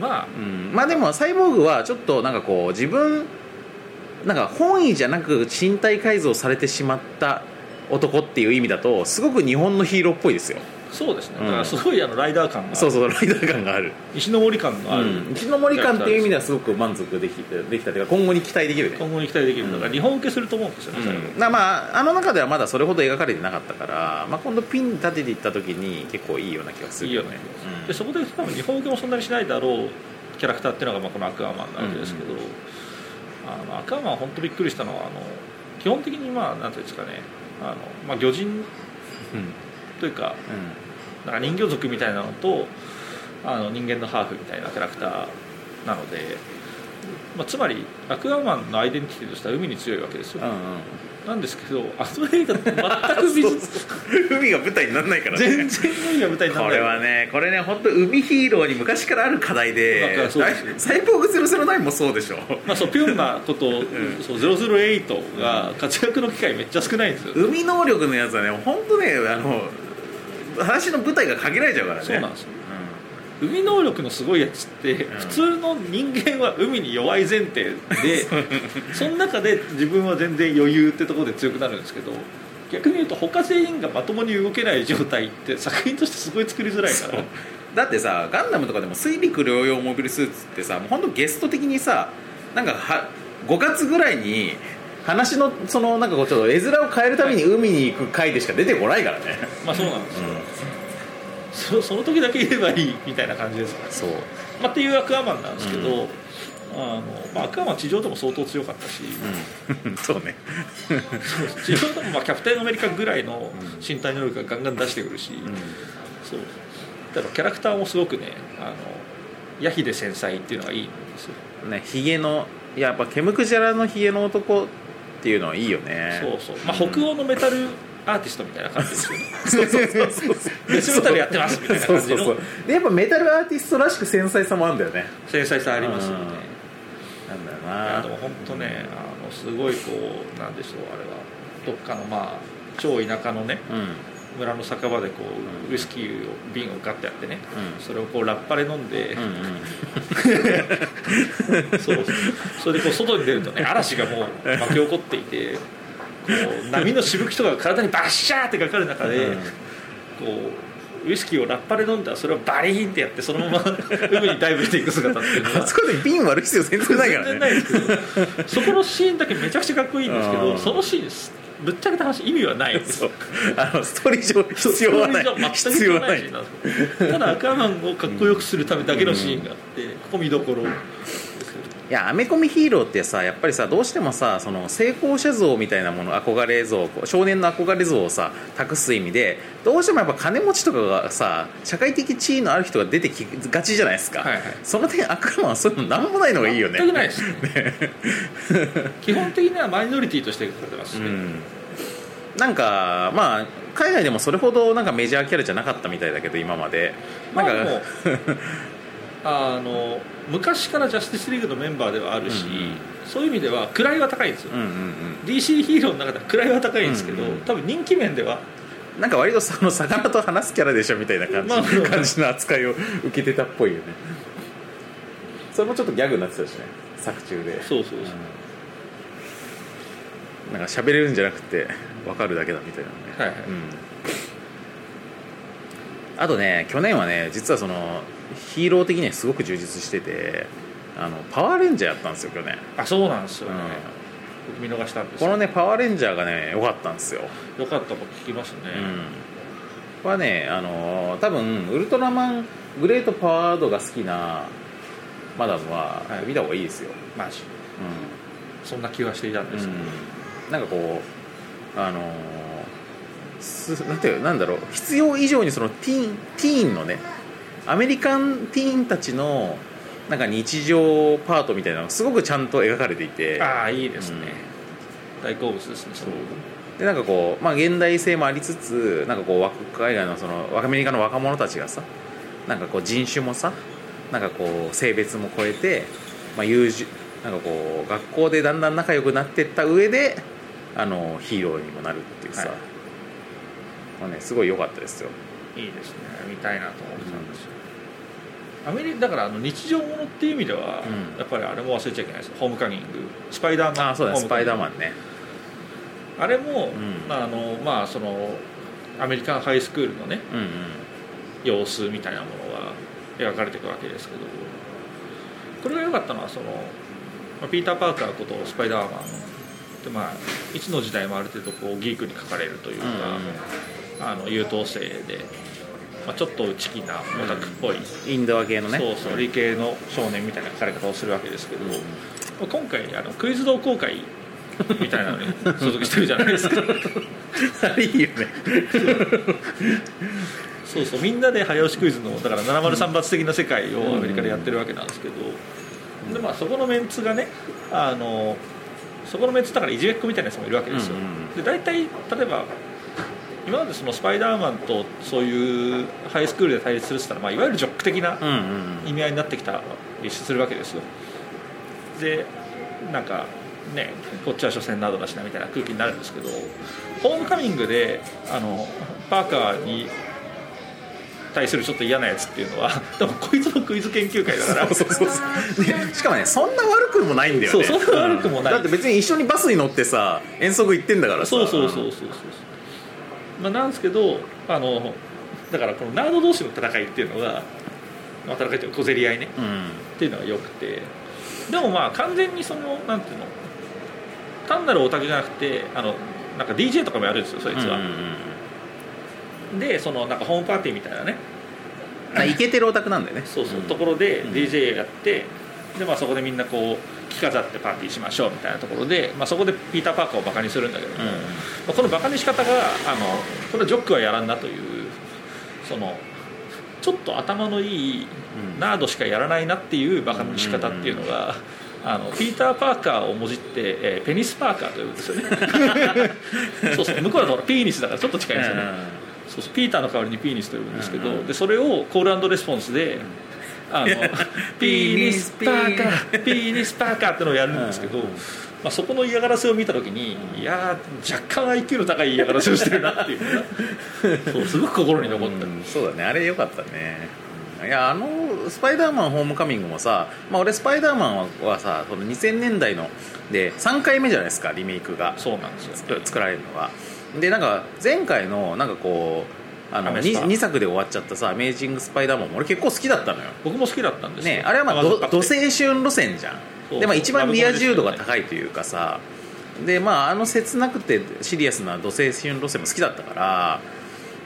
まあ
うん、まあでもサイボーグはちょっとなんかこう自分なんか本意じゃなく身体改造されてしまった男っていう意味だとすごく日本のヒーローっぽいですよ
そうですね、
うん
だからすごいあのライダー感が
そうそうライダー感がある
石の森感がある、
うん、一の森感っていう意味ではすごく満足できてできたというか今後に期待できるね、
今後に期待できるだか
うん
ら日本受けすると思うんですよね、最後
うん、なまああの中ではまだそれほど描かれてなかったから、まあ、今度ピンに立てていった時に結構いいような気がす
い
る
い
け
よ
ど
ね、
うん
でそこで多分日本受けもそんなにしないだろうキャラクターっていうのがまあこのアクアマンなわけですけど、あのアクアマンは本当びっくりしたのはあの基本的にまあなんていうんですかねあの、まあ、魚人
うん
というかなんか人魚族みたいなのとあの人間のハーフみたいなキャラクターなので、まあ、つまりアクアマンのアイデンティティとしては海に強いわけですよ、
うんうん
なんですけどあの映画全く美 術
海が舞台にならないから
全
ね
然海が舞台にな
こ
らない
れはねこれね本当海ヒーローに昔からある課題
だか
で
らそうですよ
サイボーグ009もそうでしょ
まあ、そうピョンなこと、そう008が活躍の機会めっちゃ少ないんですよ、
海能力のやつはね本当ねあの話の舞台が限られちゃうからね
そうなんですよ海能力のすごいやつって、普通の人間は海に弱い前提で その中で自分は全然余裕ってところで強くなるんですけど逆に言うと他全員がまともに動けない状態って作品としてすごい作りづらいから
だってさガンダムとかでも水陸両用モビルスーツってさもうほんとゲスト的にさなんかは5月ぐらいに話のそのなんかこうちょっと絵面を変えるために海に行く回でしか出てこないからね、
まあそうなんですよ、そその時だけ言えばいいみたいな感じですから
そう
まあ、っていうアクアマンなんですけど、あのまあ、アクアマン地上でも相当強かったし、
うん、 そうね
地上でもまあキャプテンアメリカぐらいの身体能力がガンガン出してくるし、
うん
そうだからキャラクターもすごくねあのヤヒで繊細っていうのがいいんですよ、
ねひげのいややっぱケムクジャラのひげの男っていうのはいいよね
そうそう、まあ、北欧のメタルアーティストみたいな感じですよね
そうそうそうそう
デスメタルやってますみたいな感じの
そうそうそうでやっぱメタルアーティストらしく繊細さもあるんだよね
繊細さありますよね
なんだよ
いやでも
な
本当ねあのすごいこうなんでしょうあれはどっかのまあ超田舎のね
うんうん
村の酒場でこ
うん
うウイスキーを瓶をガッてやってねそれをこうラッパで飲んで
う、んうん
そうそれでこう外に出るとね嵐がもう巻き起こっていてこう波のしぶきとかが体にバッシャーってかかる中で、
うん
こうウイスキーをラッパで飲んだらそれをバリーンってやってそのまま 海にダイブしていく姿っていうの
あ
は
そこで瓶割る必要全然ないか
全然
ら
ない
ね
ですけどそこのシーンだけめちゃくちゃかっこいいんですけ
う
ど
ん
そのシーンですぶっちゃけた話意味はないんです
そ
よ
うあのストーリー上必要はない
それ以
必
上
要は
全く
ない
必要ないシーンなんですよただアクアマンをかっこよくするためだけのシーンがあってここ見どころ
いやアメコミヒーローってさやっぱりさどうしてもさその成功者像みたいなもの憧れ像こう少年の憧れ像をさ託す意味でどうしてもやっぱ金持ちとかがさ社会的地位のある人が出てきがちじゃないですか、
はいはい
その点アクアマンはそういうのなんもないのがいいよね
全くないですね基本的にはマイノリティとして書かれてます
う
ね、
んなんかまあ海外でもそれほどなんかメジャーキャラじゃなかったみたいだけど今までな
ま
んか、
あ でもあの昔からジャスティスリーグのメンバーではあるし、
うんうん
そういう意味では位は高いんですよ、
うんうん、
DC ヒーローの中では位は高いんですけど、
うんうん
多分人気面では
うん、なんか割とその魚と話すキャラでしょみたいな感じ,、
まあまあ
感じの扱いを受けてたっぽいよねそれもちょっとギャグになってたしね作中で
そうそうそう、
うんなんか喋れるんじゃなくて分かるだけだみたいなね
はいはい
うん、あとね去年はね実はそのヒーロー的にはすごく充実しててあのパワーレンジャーやったんですよ去年、
あそうなんですよね、
う
僕見逃したんで
ん、こ
すけど
のねパワーレンジャーがね良かったんですよ、
よかった僕聞きますね、
うん、はねあのー多分ウルトラマングレートパワードが好きなマダムは
はい
見た方がいいですよ、
まあそんな気はしていたん
うん
ですけど、
うんなんかこうあのーすなんていうなんだろう必要以上にそのティーンティーンのねアメリカンティーンたちのなんか日常パートみたいなのがすごくちゃんと描かれていて
ああいいですね、大好物ですねそ
そううでなんかこう、まあ、現代性もありつつなんかこう若海外のそのアメリカの若者たちがさなんかこう人種もさなんかこう性別も超えて、まあ、友人なんかこう学校でだんだん仲良くなっていった上であのヒーローにもなるっていうさ、
はい
まあね、すごい良かったですよ、
いいですね見たいなと思ってたんですよ、アメリカだからあの日常ものっていう意味では、
うん
やっぱりあれも忘れちゃいけないですホームカミングスパイダーマン
ああそうだね
ホ
ス
ムカ
パ
ミ
イ
ング
ダーマンね
あれも、
うん
まああのまあそのアメリカンハイスクールのね
うんうん
様子みたいなものが描かれていくわけですけどこれが良かったのはその、まあ、ピーター・パーカーことスパイダーマンでまあいつの時代もある程度こうギークに書かれるというか、あの優等生で、まあ、ちょっと内気なオタクっぽい、
うんインドア系のね
そうそう理系の少年みたいな書かれ方をするわけですけど、
うん
まあ今回あのクイズ同好会みたいな のに所属してるじゃないですか
あ れいいよね
そうそうみんなで早押しクイズのだから703罰的な世界をアメリカでやってるわけなんですけど、でまあ、そこのメンツがねあのそこのメンツだからいじめっ子みたいなやつもいるわけですよ、
うんうん
で大体例えば今までそのスパイダーマンとそういうハイスクールで対立するって言ったら、まあ、いわゆるジョック的な
うんうん
意味合いになってきたりするわけですよでなんかねこっちは初戦などだしなみたいな空気になるんですけどホームカミングであのパーカーに対するちょっと嫌なやつっていうのは でもこいつのクイズ研究会だから
そうそうそう、ね、しかもねそんな悪くもないんだよね
そうそんな悪くもない
だって別に一緒にバスに乗ってさ遠足行ってんだからさ
そうそうそうそうそうそう、まあ、なんですけどあのだからこのナード同士の戦いっていうのが、まあ、戦いっていうか小競り合いね
うん
っていうのが良くてでもまあ完全にそのなんていうの単なるオタクじゃなくてあのなんか DJ とかもやるんですよそいつ
実は
は、でそのなんかホームパーティーみたいなね
あイケてるオタクなんだよね
そうそう、
ん
ところで
うん
DJ やってで、まあ、そこでみんなこう着飾ってパーティーしましょうみたいなところで、まあ、そこでピーター・パーカーをバカにするんだけど、
うん
まあこのバカにし方があのこれはジョックはやらんなというそのちょっと頭のいい
うん
ナードしかやらないなっていうバカの仕方っていうのが、あのピーター・パーカーをもじって、えーペニス・パーカーと呼ぶんですよ ねそうそう向こうだとほらピーニスだからちょっと近いんですよね、そうそうピーターの代わりにピーニスと呼ぶんですけど、
うんうん
でそれをコールレスポンスで「 あのピーニスパーカーピーニスパーカー」ってのをやるんですけど、
うんうん
まあ、そこの嫌がらせを見た時にいやー若干 IQ の高い嫌がらせをしてるなっていうのが そうすごく心に残った、
うんそうだねあれ良かったねうんいやあの「スパイダーマンホームカミング」もさ、まあ、俺スパイダーマンははさその2000年代ので3回目じゃないですかリメイクが
そうなんですよ
作作られるのがでなんか前回のなんかこうあの
アメスパ
2, 作で終わっちゃったさ「アメージング・スパイダーマン」も俺結構好きだったのよ
僕も好きだったんですよ
ねあれはまあ
甘酸っ
ど
ぱく
土青
て
春路線じゃ
そ
ん
う
でまあ一番リア充度が
ラブコ
高いというかさでまああの切なくてシリアスな土青春路線も好きだったから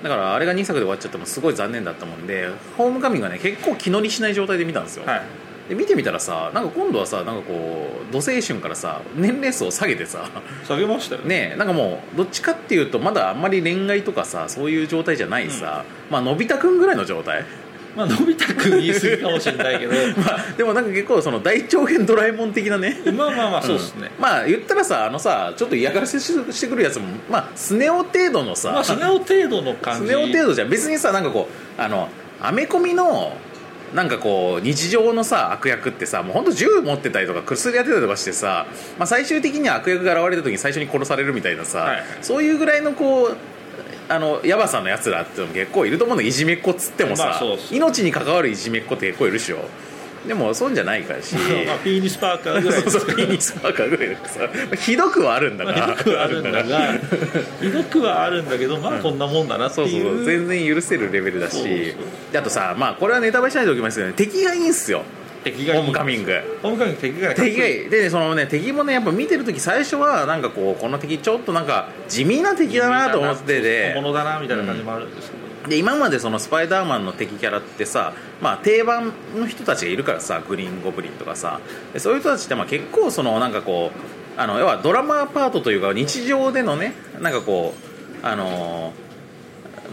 だからあれが2作で終わっちゃってもすごい残念だったもんでホームカミングはね結構気乗りしない状態で見たんですよ、
はい
で見てみたらさなんか今度はさなんかこう土青春からさ年齢層を下げてさ
下げましたよね
ねえなんかもうどっちかっていうとまだあんまり恋愛とかさそういう状態じゃないさ、まあのび太くんぐらいの状態
まあのび太くん言い過ぎかもしれないけど
まあでもなんか結構その大長編ドラえもん的なね
まあまあまあ そうですね、
んまあ言ったらさあのさちょっと嫌がらせししてくるやつもまあスネ夫程度のさ、
まあスネ夫程度の感
ス
じ
ネ夫程度じゃん別にさなんかこうあのアメコミのなんかこう日常のさ悪役ってさもうほんと銃持ってたりとか薬やってたりとかしてさ、まあ、最終的には悪役が現れた時に最初に殺されるみたいなさ、
はい
そういうぐらいのこうあのヤバさのやつらってのも結構いると思うのいじめっ子っつってもさ、
まあそうそう
命に関わるいじめっ子って結構いるでしょでもそうじゃないからし
まあ、ピーニスパーカーぐら
そ
いで
う
す
そうピニスパーカーぐらいだからさひどくはあるんだ
ま
か
あ、ひ
ら
どくはあるんだがひどくはあるんだけどまあこんなもんだなって
そう
い
そううそう全然許せるレベルだし
そうそう
であとさまあこれはネタバレしないでおきますけどね敵がいいんすよ
敵
ホ
がいい
ームカミング
ホームカミング敵がいい
敵がい いでねそのね敵もねやっぱ見てる時最初はなんかこうこの敵ちょっとなんか地味な敵だなと思って
小
て
物だなみたいな感じもあるんですけど、
で今までそのスパイダーマンの敵キャラってさまあ定番の人たちがいるからさグリーンゴブリンとかさでそういう人たちってまあ結構そのなんかこうあの要はドラマパートというか日常でのねなんかこうあのー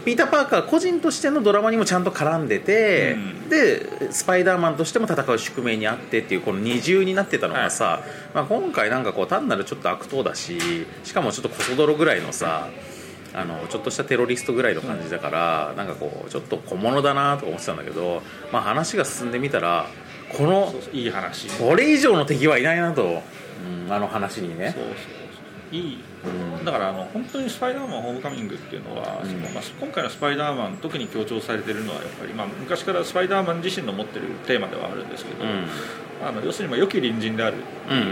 ピーター・パーカー個人としてのドラマにもちゃんと絡んでて、
うん
でスパイダーマンとしても戦う宿命にあってっていうこの二重になってたのがさ、まあ、今回なんかこう単なるちょっと悪党だししかもちょっとコソ泥ぐらいのさあのちょっとしたテロリストぐらいの感じだから、なんかこうちょっと小物だなとか思ってたんだけど、まあ、話が進んでみたらこの
そうそういい話そう
これ以上の敵はいないなと、うんあの話にね
そうそういい
うん
だからあの本当に「スパイダーマンホームカミング」っていうのは、
うん
そのまあ、今回の「スパイダーマン」特に強調されてるのはやっぱり、まあ、昔からスパイダーマン自身の持ってるテーマではあるんですけど、
うん
あの要するにまあ良き隣人である
うんうん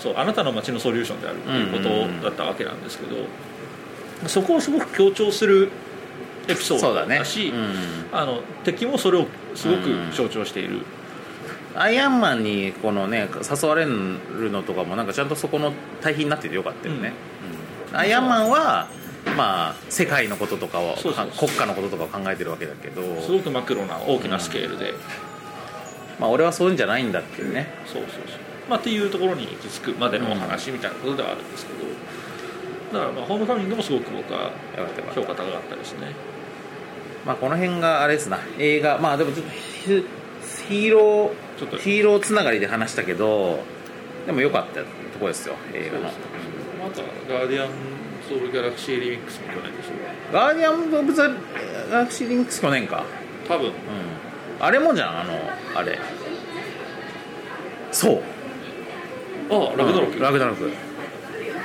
そうあなたの街のソリューションであると
うん
いう
うんうん
ことだったわけなんですけど、そこをすごく強調するエピ
う
ソ
ん
ー
そう
ド
だね、
だし
うん
あの敵もそれをすごく象徴している、
アイアンマンにこのね誘われるのとかもなんかちゃんとそこの対比になっててよかったよね、うんアイアンマンはまあ世界のこととかを
そうそうそう
国家のこととかを考えてるわけだけど
すごくマクロな大きなスケールで、
まあ俺はそういうんじゃないんだっていうね
そうそうそう、まあ、っていうところに行き着くまでのお話みたいなことではあるんですけど、だからまあホームカミングもすごく僕は
よかったよかった
評価高かったですね
まあこの辺があれですな映画まあでもちょっとヒヒーロ
ちょっと
ーヒーローつながりで話したけどでもよかったとこですよ映画の
またガーディアンズ・オブ・ギャラクシー・リミックスも去年でしょう
ガーディアンズ・オブ・ザ・ギャラクシー・リミックス去年か
か多分
うんあれもじゃんあのあれそう
あラグナロ
うんラグナロク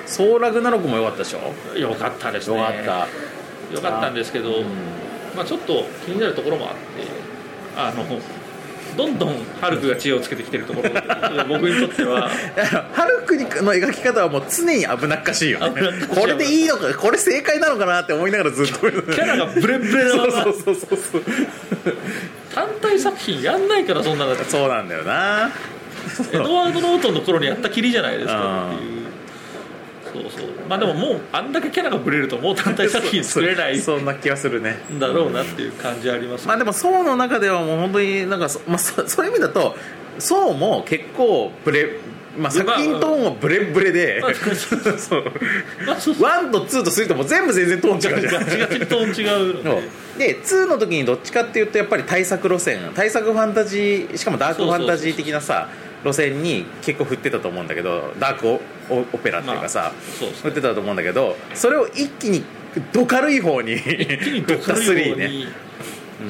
そうラグナロクも良かったでしょ
クよかったです
良
ね
かった、
よかったんですけど、まあ、ちょっと気になるところもあってあのどんどんハルクが知恵をつけてきてる ところが僕にとっては
だからハルクの描き方はもう常に危なっかしいよね
危なっかしい
これでいいのかこれ正解なのかなって思いながらずっとキ
キャラがブレブレなまま
そうそうそうそう
単体作品やんないからそんなのって
そうなんだよな
エドワード・ノートンの頃にやったきりじゃないですかっていうそうそうまあでももうあんだけキャラがぶれるともう単体作品作れない
そそんな気はするね
んだろうなっていう感じあります
まあでも層の中ではもう本当になんかそ、まあ、そそういう意味だと層も結構ブレ、まあ、作品トーンはブレブレで、
まあ
そう
まあそうそう
1と2と3ともう全部全然トーン違うじゃ
ガ
ん
チガチにトーン違うの
そう
で
で2の時にどっちかっていうとやっぱり対策路線対策ファンタジーしかもダークファンタジー的なさ路線に結構振ってたと思うんだけどダークオオオペラっていうかさ、
そうです
振っ
ね
てたと思うんだけどそれを一気にど軽い方に
一気にドカるように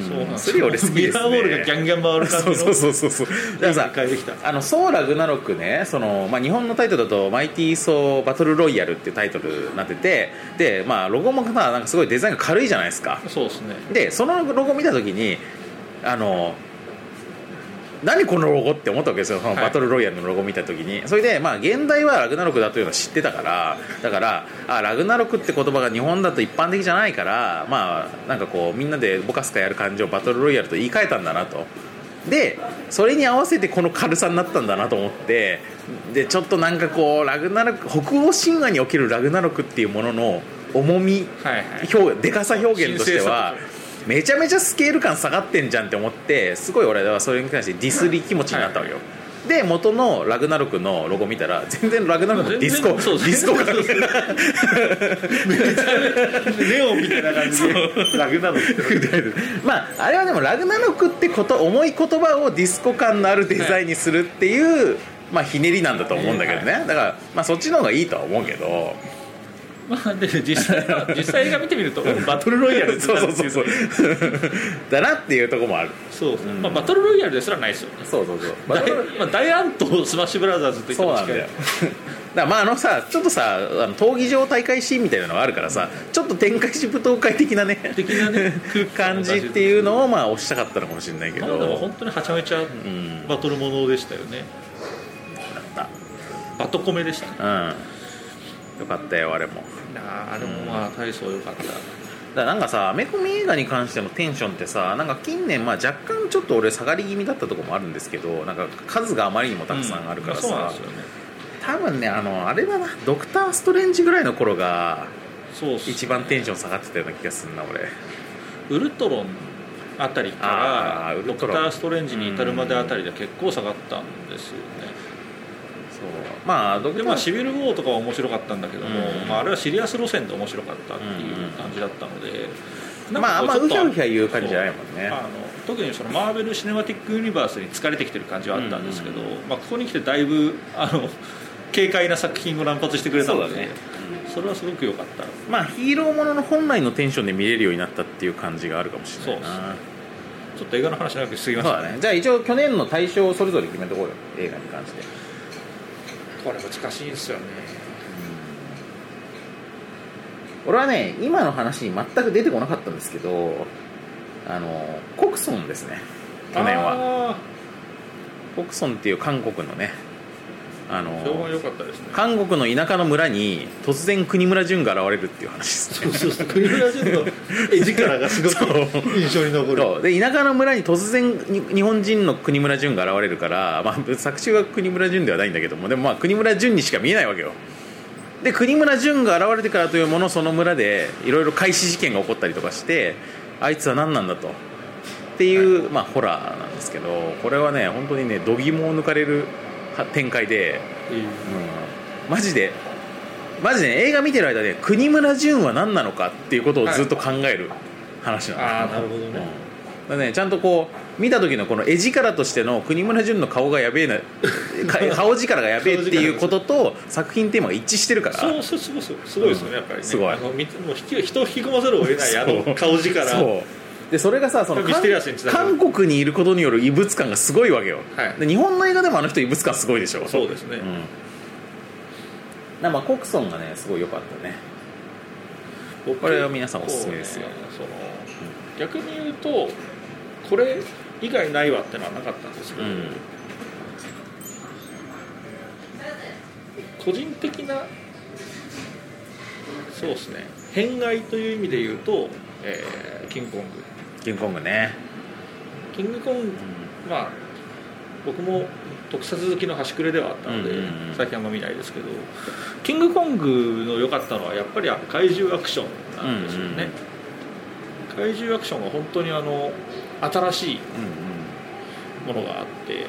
うん
そうなんです
スリー俺好きですね
ミラーボールがギャンギャン回る感じ
そ
の
うそうそうそうそうだからさ
変えてきた
あのソーラグナロクねその、まあ、日本のタイトルだと「マイティー・ソー・バトル・ロイヤル」っていうタイトルになっててで、まあ、ロゴもさなんかすごいデザインが軽いじゃないですか
そうですね
でそのロゴ見た時にあの何このロゴって思ったわけですよその
はい
バトルロイヤルのロゴ見た時に、それでまあ現代はラグナロクだというのは知ってたからだからあラグナロクって言葉が日本だと一般的じゃないからまあなんかこうみんなでボカスカやる感じをバトルロイヤルと言い換えたんだなとでそれに合わせてこの軽さになったんだなと思ってでちょっとなんかこうラグナロク北欧神話におけるラグナロクっていうものの重み
はいはい
表現でかさ表現としては
神聖
めちゃめちゃスケール感下がってんじゃんって思ってすごい俺はそれに関してディスり気持ちになったわけよ、で元のラグナロクのロゴ見たら全然ラグナロクのディスコデ
全然そう
ィスコ感
そうそうネオンみたいな感じでラグナロク
まああれはでもラグナロクってこと重い言葉をディスコ感のあるデザインにするっていう、まあ、ひねりなんだと思うんだけどね、だから、まあ、そっちの方がいいとは思うけど
まあで実際は実際映画見てみるとバトルロイヤルって
そ
な
う
る
そう
んです
そ
け
う
ど
そう だなっていうところもある
そうですねまあバトルロイヤルですらないですよね
そうそうそう
大まあ大乱闘スマッシュブラザーズといって
そう
も
なん
近
だよ
い
だからまああのさちょっとさあの闘技場大会シーンみたいなのがあるからさちょっと展開し舞踏会的なね
的なね空気
感じって
う
いうのをまあ押したかったのかもしれないけ
ま
ど
あでも本当にはちゃめちゃ
ん
バトルものでしたよね
だっ
バトコメでしたね
たうんよかったよあれも
ああでもまあ大層良かった
だからなんかさアメコミ映画に関してのテンションってさなんか近年まあ若干ちょっと俺下がり気味だったところもあるんですけどなんか数があまりにもたくさんあるからさ、
うんまあそうなんですよね
多分ねあのあれだなドクター・ストレンジぐらいの頃が
そうっす
一番テンション下がってたような気がするな俺
ウルトロンあたりか
あ
ら
ーウ
ド
ル
クタ
トロン
ー・ストレンジに至るまであたりで結構下がったんですよね
そうまあドク
で
ター
まあシビル・ウォーとかは面白かったんだけども、
うん
まあ、あれはシリアス路線で面白かったっていう感じだったので、なん
まああんま
こ
う
ち
ひ
ょ
ゃ
っと
うひゃ言う感じじゃないもんね
あの特にそのマーベル・シネマティック・ユニバースに疲れてきてる感じはあったんですけど、
うん
まあ、ここに来てだいぶあの軽快な作品を乱発してくれたのでそれはすごく良かった
まあヒーローものの本来のテンションで見れるようになったっていう感じがあるかもしれないな
ちょっと映画の話長くしすぎ
そ
ま
う
したね
だねじゃあ一応去年の対象をそれぞれ決めとこうよ映画に関して
これ難しいんですよね
俺はね今の話に全く出てこなかったんですけどあのコクソンですね去年は
は
コクソンっていう韓国のねあの
評判良かったですね
韓国の田舎の村に突然国村淳が現れるっていう話ですね
そう そう国 村淳の絵力がすごく印象に残る
そうで田舎の村に突然に日本人の国村淳が現れるから、まあ、作中は国村淳ではないんだけどもでもまあ国村淳にしか見えないわけよで国村淳が現れてからというものその村でいろいろ開始事件が起こったりとかしてあいつは何なんだとっていう、まあ、ホラーなんですけどこれはね本当にね度肝を抜かれるは展開で、
っていう
うんマジでマジでね、映画見てる間で国村淳は何なのかっていうことをずっと考える話なんですよ、
ああなるほど
うんだか
ね
らねちゃんとこう見た時のこの絵力としての国村淳の顔がやべえ なか顔力がやべえっていうことと作品テーマが一致してるから
そうそうすごいすごいですよねやっぱりね
すごい
あのみもう引き人を引き込まざるを得ないあ
そ
の
う
顔力
そうでそれがさその
ミス
韓
テリアスにつながる
韓国にいることによる異物感がすごいわけよ、
はい
で日本の映画でもあの人異物感すごいでしょ
そうですね
うん、だからまあコクソンがねすごい良かったね
僕
これは皆さんおすすめですよ
こうねその逆に言うとこれ以外ないわってのはなかったんですけ
う
ど、
ん
個人的なそうですね偏愛という意味で言うと、えーキングコング
キングコングね、
キングコング
うん
まあ僕も特撮好きの端くれではあったので、
うんうんうん
最近あんま見ないですけど「キングコング」の良かったのはやっぱり怪獣アクションなんですよね、怪獣アクションは本当にあの新しい
うんうん
ものがあって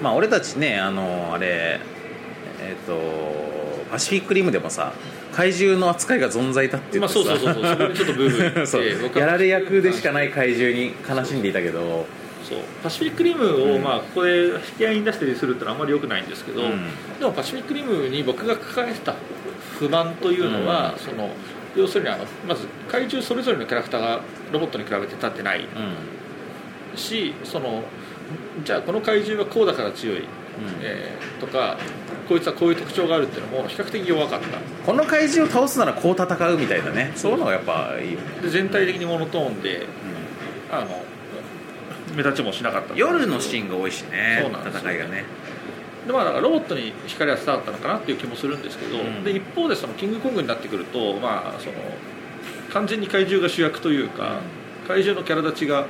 まあ俺たちねあのあれえっ、とパシフィックリムでもさ怪獣の扱いが存在だって言
ま
っ
あ
て
そ
さ
うそうそうそうそこでちょっとブーム行っ て
そう
僕は
やられ役でしかない怪獣に悲しんでいたけど
そうパシフィックリム
う
を
ん
まあここで引き合いに出してするってのはあんまり良くないんですけど、
うん
でもパシフィックリムに僕が抱えてた不満というのは、
うん
その要するにあのまず怪獣それぞれのキャラクターがロボットに比べて立ってな
う
い
んうん
しそのじゃあこの怪獣はこうだから強い、えーとかこいつはこういう特徴があるっていうのも比較的弱かった
この怪獣を倒すならこう戦うみたいなねそういうのがやっぱいいよね、
で全体的にモノトーンであの目立ちもしなかった
うん夜のシーンが多いしね
そうなんですよ
戦いがね
でまあ、だからロボットに光が伝わったのかなっていう気もするんですけど、
うん
で一方でそのキングコングになってくると、まあ、その完全に怪獣が主役というか、怪獣のキャラ立ちが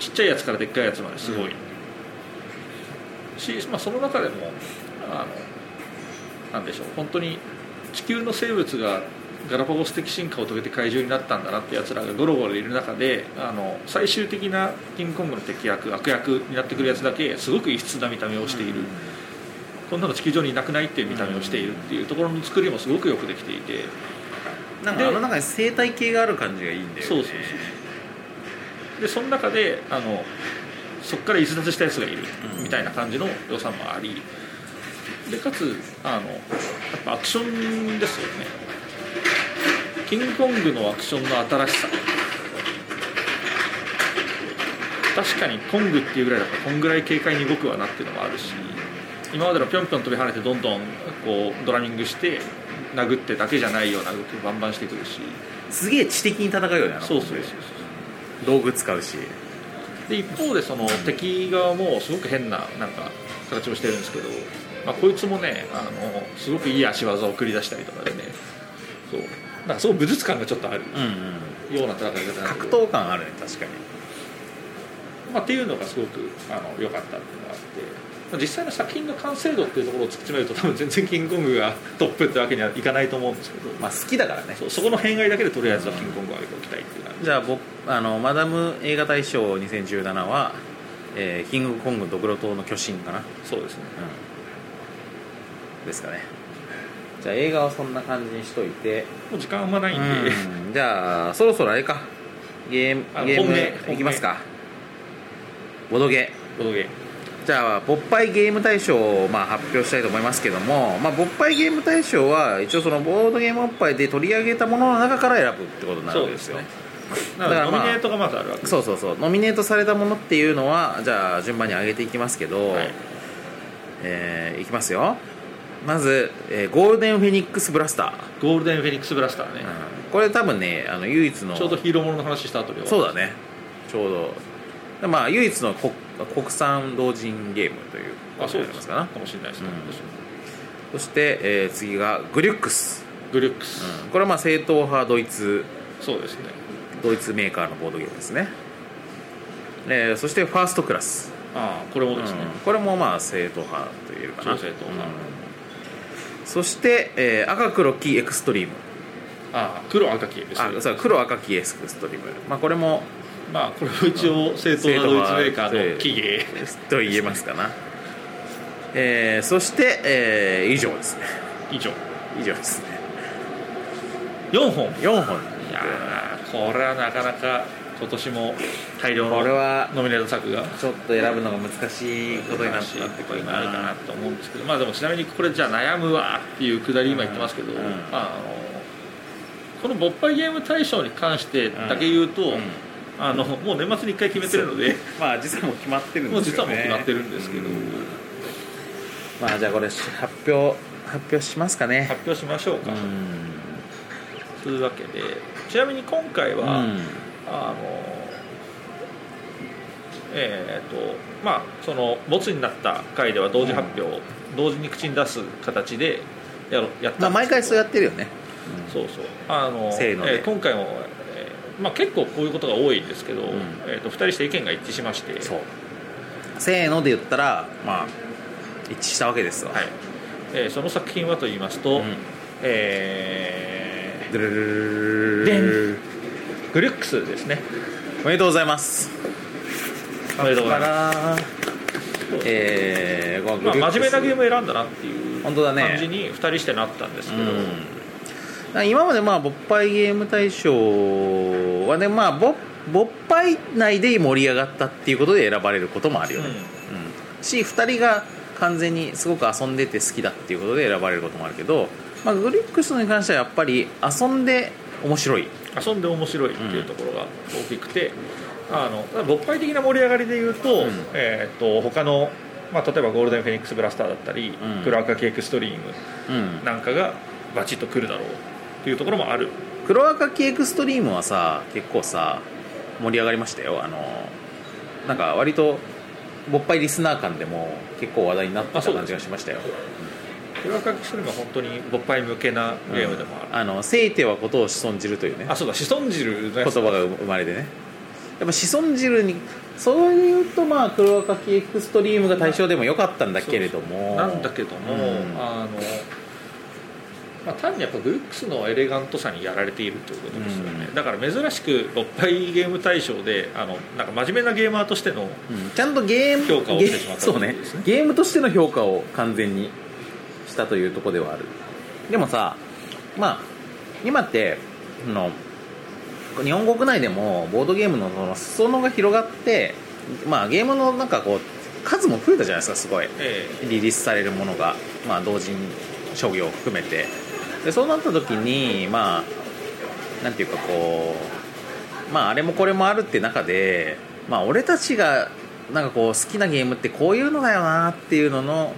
ちっちゃいやつからでっかいやつまですごい、し、まあ、その中でもあのなんでしょう本当に地球の生物がガラパゴス的進化を遂げて怪獣になったんだなってやつらがゴロゴロいる中であの最終的なキングコングの敵役悪役になってくるやつだけすごく異質な見た目をしている。こんなの地球上にいなくないっていう見た目をしているっていうところの作りもすごくよくできていて
なん
で
かあの中に生態系がある感じがいいんだよね
そうそうそうでその中であのそこから逸脱したやつがいる
うん
みたいな感じの良さもありでかつあのやっぱアクションですよねキングコングのアクションの新しさ確かにコングっていうぐらいだからこんぐらい軽快に動くわなっていうのもあるし今までのぴょんぴょん飛び跳ねてどんどんこうドラミングして殴ってだけじゃないような動きをバンバンしてくるし
すげえ知的に戦うよねあの
そうそうそうそう
道具使うし
で一方でその敵側もすごく変ななんか形をしてるんですけど、まあ、こいつもねあのすごくいい足技を繰り出したりとかでねそうなんかすごい武術感がちょっとある
うんうん
ような戦い方なん
格
で、
闘感あるね確かに
まあ、っていうのがすごくあの良かったっていうのがあって、まあ、実際の作品の完成度っていうところを突き詰めると多分全然キングコングがトップってわけにはいかないと思うんですけど、
まあ好きだからね
そうそこの偏愛だけでとりあえずはキングコングを上げておきたいっていう感じ
じゃあ僕あのマダム映画大賞2017は、えーキングコングドクロ島の巨神かな
そうですね
ですかねじゃあ映画はそんな感じにしといて
もう時間あんまないんで、
うんじゃあそろそろあれかゲー
あ
ムゲ
本命
ー
本
ム
命
いきますかボドゲ
ボードゲーム
じゃあ「勃発ゲーム大賞」をまあ発表したいと思いますけども、まあ、勃発ゲーム大賞は一応そのボードゲーム勃発で取り上げたものの中から選ぶってことになるわけですよ
そうだか
だから
ら
まあ
ノミネートがまずあるわけです
そうそうそうノミネートされたものっていうのはじゃあ順番に上げていきますけど、
はい
えーいきますよまず、えーゴールデンフェニックスブラスター、
ゴールデンフェニックスブラスターね、
うんこれ多分ねあの唯一の
ちょうどヒーローものの話した後で
そうだねちょうどでまあ唯一の国国産同人ゲームという
あそう
になり
で
ますす
か
かな
なかもしれないですね、
そして、えー次がグリュックス、
グリュックス、
うんこれはまあ正統派ドイツ
そうですね
ドイツメーカーのボードゲームですね、えーそしてファーストクラス
ああこれもですね、
うんこれもまあ正統派というかな
そう正統派
うんそして、えー赤黒黄エクストリーム
ああ黒赤系です
あ
ね
そう黒赤黄エクストリーム、まあ、これも
まあこれは一応正当なドイツメーカーの企業
と言えますかな、えーそして、えー以上ですね
以上
以上ですね
4本
4本
いやーこれはなかなか今年も大量の
これは
ノミネート作が
ちょっと選ぶのが難しいことになったって
て
こ
ことと
に
に
な
な
る
る
か
か
な
なと思うんですけどまあでもちなみにこれじゃあ悩むわっていうくだり今言ってますけど、
うん
まあ、あのこの「勃発ゲーム大賞」に関してだけ言うと、
ん
あのもう年末に1回決めてるので
まあ実はもう決まってるん
もう
ですけ
実
ど、
は
ね、
もう決まってるんですけど、
うんまあじゃあこれ発表発表しますかね
発表しましょうか、
うん
というわけでちなみに今回は、
うん
あのえっ、とまあそのボツになった回では同時発表、同時に口に出す形でやろやったんですけど
まあ毎回そうやってるよね
そうそうあの
せーので
えー今回も、えーまあ、結構こういうことが多いんですけど、
ん
えー、と2人して意見が一致しまして
そうせーので言ったらまあ一致したわけですわ
はいえーその作品はと言います
う
と、
ん
え
ドゥルルルルル
でん
ルル
ーグルックスですね
おめでとうございます
おめでとうございます
ますえー、
まあ、真面目なゲー
ム
ム選んだなっていう
本当だね
感じに2人してなったんですけど、
うん、今までまあ勃発ゲーム大賞はねまあぼ勃発内で盛り上がったっていうことで選ばれることもあるよね、うんし2人が完全にすごく遊んでて好きだっていうことで選ばれることもあるけど、まあ、グリックスに関してはやっぱり遊んで面白い、
遊んで面白いっていうところが大きくて、あの勃発的な盛り上がりでいうと,、
うん
えー、と他の、まあ、例えばゴールデンフェニックスブラスターだったり、
うん
クロアカケークストリーム
うん、
なんかがバチッとくるだろうっていうところもある
黒赤系エクストリームはさ結構さ盛り上がりましたよあのなんか割と勃発リスナー間でも結構話題になってた
あそう
感
です
じがしましたよ
クロアカケークストリームは本当に勃発向けなゲームでもある、
うんあの生てはことを子孫汁というね
あそうだシソン汁のや
言
つ
葉が生まれてねやっぱ子孫汁にそういうとまあ黒赤系エクストリームが対象でもよかったんだけれども
なんだけども、
うん
あのまあ、単にやっぱグルックスのエレガントさにやられているということですよね、
うん
だから珍しく6杯ゲーム大賞であのなんか真面目なゲーマーとしての
うんちゃんとゲーム
評価をしてしまった
ゲーそう
わ
ね
けですね
ゲームとしての評価を完全にしたというところではあるでもさまあ今ってあの日本国内でもボードゲームのその裾野が広がって、まあ、ゲームのなんかこう数も増えたじゃないですかすごい
え
リリースされるものが、まあ、同人商業を含めてでそうなった時にまあなんていうかこうまああれもこれもあるって中で、まあ、俺たちがなんかこう好きなゲームってこういうのだよなっていうのの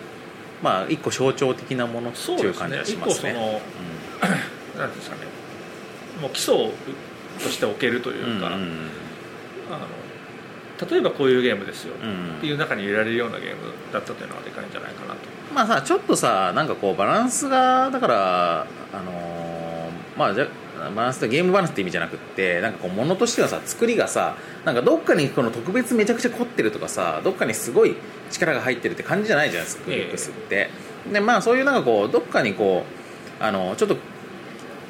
まあ一個象徴的なものっ
え
て
そう
い
で
う
す
感じ
ね
がし
一
ま
個
す
そ
ね
のなんていうんですかねもう基礎としておけるといううん
うん
か、あの例えばこういうゲームですよ、
うんうん
っていう中に入れられるようなゲームだったというのはでかいんじゃないかなと
まあさちょっとさなんかこうバランスがだからあのーまあじゃバランスってゲームバランスって意味じゃなくってなんかこう物としてはさ作りがさなんかどっかにこの特別めちゃくちゃ凝ってるとかさどっかにすごい力が入ってるって感じじゃないじゃないですかクリックスって、でまあそういうなんかこうどっかにこうあのちょっと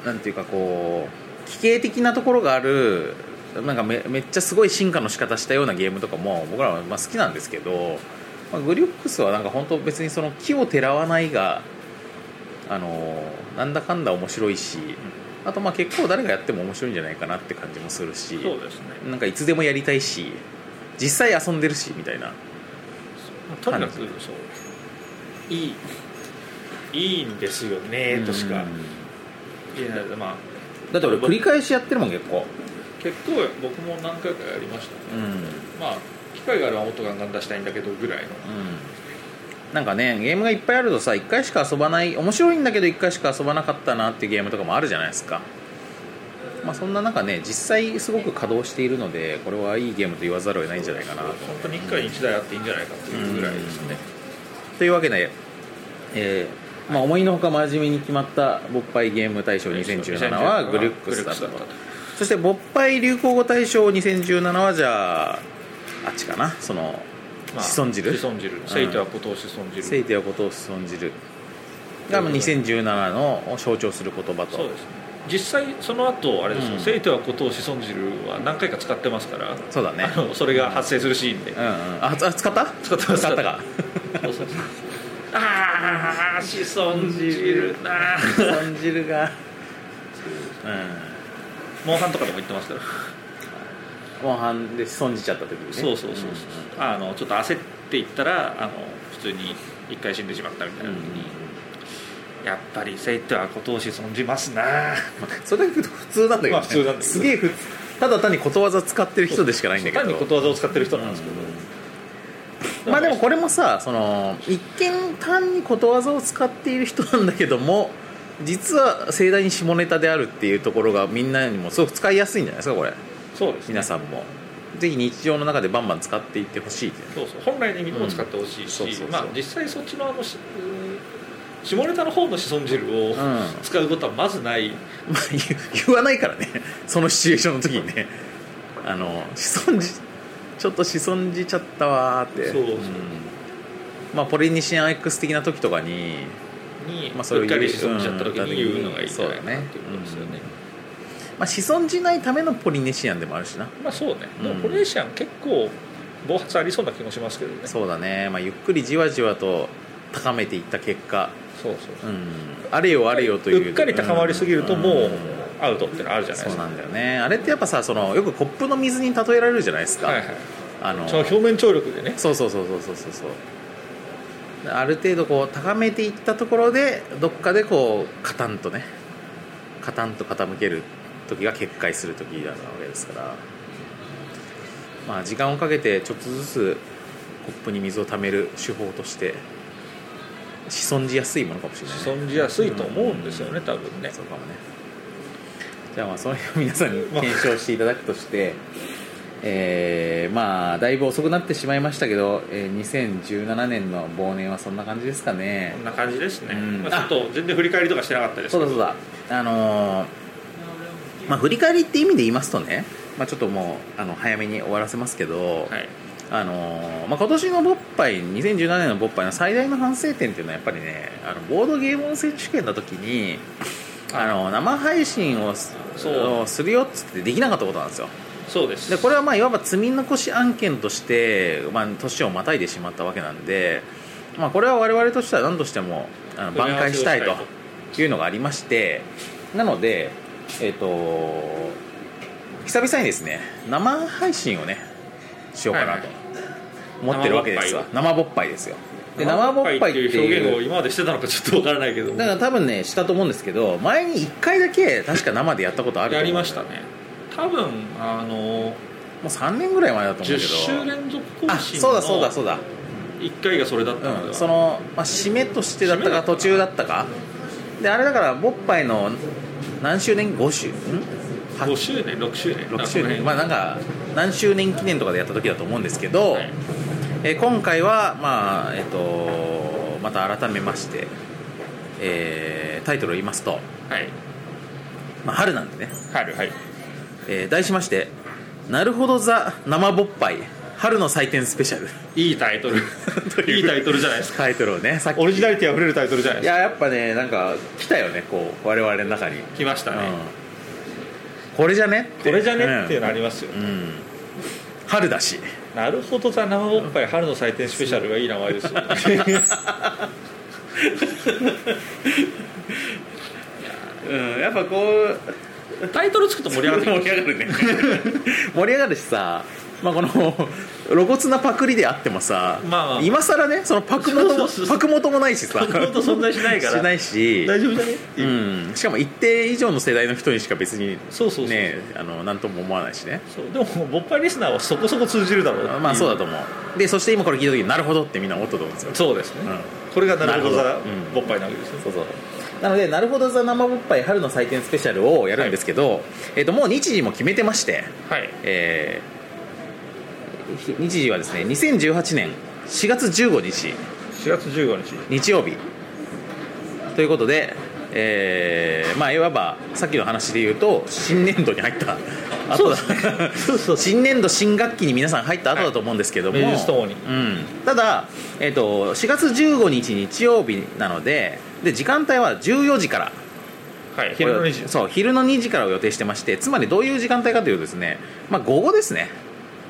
なんていうかこう奇形的なところがあるなんかめめっちゃすごい進化の仕方したようなゲームとかも僕らはまあ好きなんですけど、まあ、グリュックスはなんか本当別にその木をてらわないがあのーなんだかんだ面白いしあとまあ結構誰がやっても面白いんじゃないかなって感じもするし
そうですね
なんかいつでもやりたいし実際遊んでるしみたいな
とにかくそういいいいんですよねとしか言えないまあ
だって俺繰り返しやってるもん結構
結構僕も何回かやりました
う
ね、
ん
まあ機会があればもっとガンガン出したいんだけどぐらいの
うんなんかねゲームがいっぱいあるとさ1回しか遊ばない面白いんだけど1回しか遊ばなかったなっていうゲームとかもあるじゃないですか、まあ、そんな中ね実際すごく稼働しているのでこれはいいゲームと言わざるを得ないんじゃないかなと
本当に1回に1台あっていいんじゃないかというぐらいですね、
というわけで、えーまあ、思いのほか真面目に決まった「勃発ゲーム大賞2017」はグルックスだったとそして勃発流行語大賞2017はじゃああっちかなその
まあ
シソン汁
シソン汁
ん
セイテはことをシソン汁
生てはことを損じるがまあ2017のを象徴する言葉と
そうですね実際その後あれですよ、
うん
セイテはことをシソン汁は何回か使ってますから、
そうだね
あのそれが発生するシーンで、
うんうんああ使った
使ってます
使ったか
そうそうそうああシソン汁なあ
損じるが
モンハンとかでも言ってますから、
うん後半で損じちゃった時にね
そうそうそうそうあのちょっと焦っていったらあの普通に一回死んでしまったみたい
うん
な
うん
時に、やっぱりセイテはことをし損じますな
それだけ普通なんだけどね、
まあ普通なんだけど
すげえ普通ただ単にことわざ使ってる人でしかないんだけど
単にことわざを使ってる人なんですけど、
まあでもこれもさその一見単にことわざを使っている人なんだけども実は盛大に下ネタであるっていうところがみんなにもすごく使いやすいんじゃないですかこれ
そうですね
皆さんもぜひ日常の中でバンバン使っていってほしいって
そうそう本来の意味でも使ってほしいし、
うんそうそうそう
まあ、実際そっちのあのしうん下ネタの方の子孫汁を
ん
使うことはまずない、
まあ言う言わないからねそのシチュエーションの時にねあの子孫じちょっと潜んじちゃったわーって
そうそうん
まあ、ポリネシアン X 的な時とかに
に、
ま
ま
あ
あ、
そういう
うっかり沈んじゃった時に
うん
言うのがいいんじゃないかなっていうことですよね、
まあ、潜んじないためのポリネシアンでもあるしな
まあそうねで
うん
もポリネシアン結構暴発ありそうな気もしますけどねそう
そうだね、まあ、ゆっくりじわじわと高めていった結果、
そう
う、
そうん
あれよあれよという
っかり高まりすぎるとも
ん
うアウトってのあるじゃない
そ
で
う
すか
なんだよねあれってやっぱさそのよくコップの水に例えられるじゃないですか、
はいはい
あの
その表面張力でね
そうそうそうそうそうそうそうある程度こう高めていったところでどっかでこうカタンとねカタンと傾ける時が決壊する時なわけですからまあ時間をかけてちょっとずつコップに水を溜める手法として潜んじやすいものかもしれない、ね、
潜んじやすいと思うんですよね多分ね
そうかもねじゃあまあその辺を皆さんに検証していただくと して、えーまあだいぶ遅くなってしまいましたけど、えー2017年の忘年はそんな感じですかね
こんな感じですね、
うん
まあ、ちょっと全然振り返りとかしてなかったです
そう
け
だそ
ど
うだあのーまあ振り返りって意味で言いますとね、まあ、ちょっともうあの早めに終わらせますけど、
はい
あのーまあ、今年のボッパイ2017年のボッパイの最大の反省点っていうのはやっぱりねあのボードゲーム音声選手権の時にあの生配信をす
そう
をするよっつってできなかったことなんですよ
そうです
でこれはまあいわば積み残し案件として、まあ、年をまたいでしまったわけなんで、まあ、これは我々としては何としてもあの挽回したいというのがありましてなので、えっと久々にですね生配信をねしようかなと
は
思ってるわけですわ生ぼっぱいですよで生ぼっぱいって
生っていう
いう
表現を今までしてたのかちょっとわからないけども
だから多分ねしたと思うんですけど前に1回だけ確か生でやったことあると
や
思う
りましたね多分あの
もう3年ぐらい前だと思う
10
けど
週連続更
あ
新
そうだそうだそうだ
1回がそれだったので
うん、
は
その、まあ、締めとしてだった
締めだ
か
ったか
途中だったかであれだからボッパイの何周年5周んは
5周年6周年
6周年ま
ま
あなんか何周年記念とかでやった時だと思うんですけど、
はい
えー今回はまあえっ、とまた改めまして、えータイトルを言いますと、
はい
まあ、春なんでね、
春はい
えー題しまして「なるほどザ生ボッパイ春の祭典スペシャル
いいタイト ルいいタイトルじゃないで」すか
タイトルをねさっき
オリジナリティあふれるタイトルじゃない
い
です
ややっぱねなんか来たよねこう我々の中に、
か来ましたね、
うんこれじゃねって
これじゃねっていうのありますよ、
うん、うん春だし
なるほどザ生おっぱい春の祭典スペシャルがいい名前ですよ、ね、
うんやっぱこう
タイトルつく と盛り上がってき ま
盛り
す
上がるね 盛り上がるしさまあこの露骨なパクリであってもさ、
まあまあ
今更ねそのパク元も
そうそうそう
パク元もないしさ
パク元存在しないから
しないし
大丈夫じゃねって
う
い
ん、
う、
しかも一定以上の世代の人にしか別に
そうそうそう
ねあの何とも思わないしね
そうでもボッパリリスナーはそこそこ通じるだろうってい
まあそうだと思うでそして今これ聞いた時になるほどってみんな思ったと思うんですよ
そうですね、
う
これがなるほど
な
ザ
るほどうん
ボッパイなわけですね
そうそうなので「なるほどザ生ぼっぱい春の祭典スペシャル」をやるんですけど、えっともう日時も決めてまして、
はい
えー日時はですね2018年4月15日
4月15日
日曜日ということで、えーまあいわばさっきの話で言うと新年度に入った後だ
そうですねそうそう
新年度新学期に皆さん入った後だと思うんですけども、
はい名実ともに
うん、ただ、えっと4月15日日曜日なのでで時間帯は14時から
はい昼の2時
そう昼の2時からを予定してましてつまりどういう時間帯かというとですね、まあ、午後ですね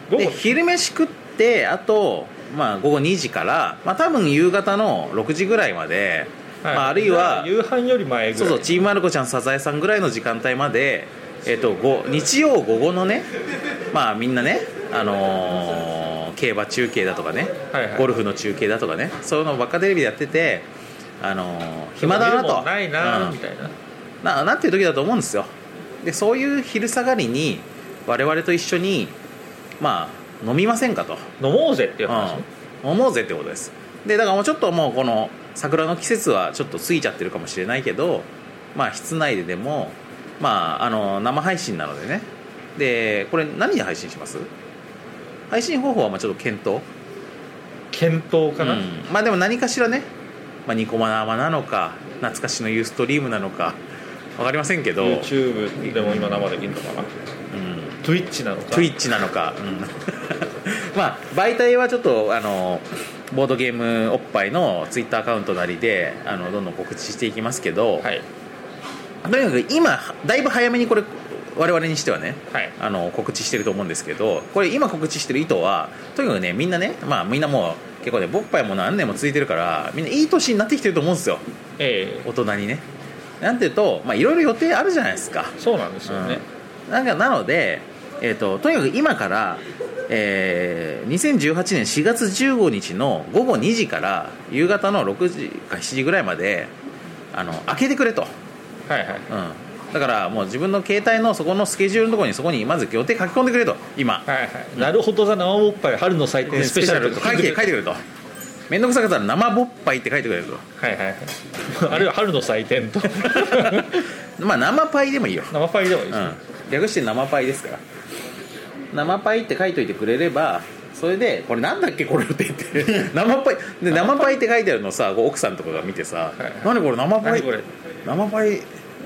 午後
で昼飯食ってあと、まあ、午後2時から、まあ、多分夕方の6時ぐらいまで、
は
まあ、あるいは
夕飯より前ぐ
そ
ら
う
い
そうチームマルコちゃんサザエさんぐらいの時間帯まで、えっとご日曜午後のね、まあ、みんなね、あのー競馬中継だとかね、
はいはい
ゴルフの中継だとかねそういうのばっかテレビでやってて、あのー暇だな
見るも
と
んないな
うん
みたいな、
ななっていう時だと思うんですよでそういう昼下がりに我々と一緒にまあ飲みませんかと、
飲もうぜっていう話ね、
うん、思うぜってことですでだからもうちょっともうこの桜の季節はちょっと過ぎちゃってるかもしれないけどまあ室内ででもまああの生配信なのでねでこれ何で配信します配信方法はまあちょっと検討
検討かな、
うんまあでも何かしらね、まあ、ニコマ生なのか懐かしのユーストリームなのかわかりませんけど、うん、
YouTube でも今生できるのかな Twitch なのか
Twitch なのか、うん まあ媒体はちょっとあのボードゲームおっぱいのツイッターアカウントなりであのどんどん告知していきますけど、
はい
とにかく今だいぶ早めにこれ我々にしてはね
はい
あの告知してると思うんですけどこれ今告知してる意図はとにかくねみんなねまあみんなもう結構ねボッパイも何年も続いてるからみんないい年になってきてると思うんですよ
ええ
大人にねなんていうとまあいろいろ予定あるじゃないですか
そうなんですよね、
うんなんかなので、えー、ととにかく今から、えー2018年4月15日の午後2時から夕方の6時か7時ぐらいまであの開けてくれと、
はいはい
うん、だからもう自分の携帯のそこのスケジュールのところにそこにまず予定書き込んでくれと今、
はいはい、なるほどだ生もっぱい春の祭典スペシャルと
書
か
いて書いてくれと面倒くさかったら生ぼっぱいって書いてくれると
はいはいはい あるいは春の祭典と
まあ生パイでもいいよ
生パイでもいいです、
うん、略して生パイですから生パイって書いといてくれればそれでこれなんだっけこれって言って 生パイで生パイって書いてあるのさこう奥さんとかが見てさ
はいはい
「何これ生パイ
何これ
生パイ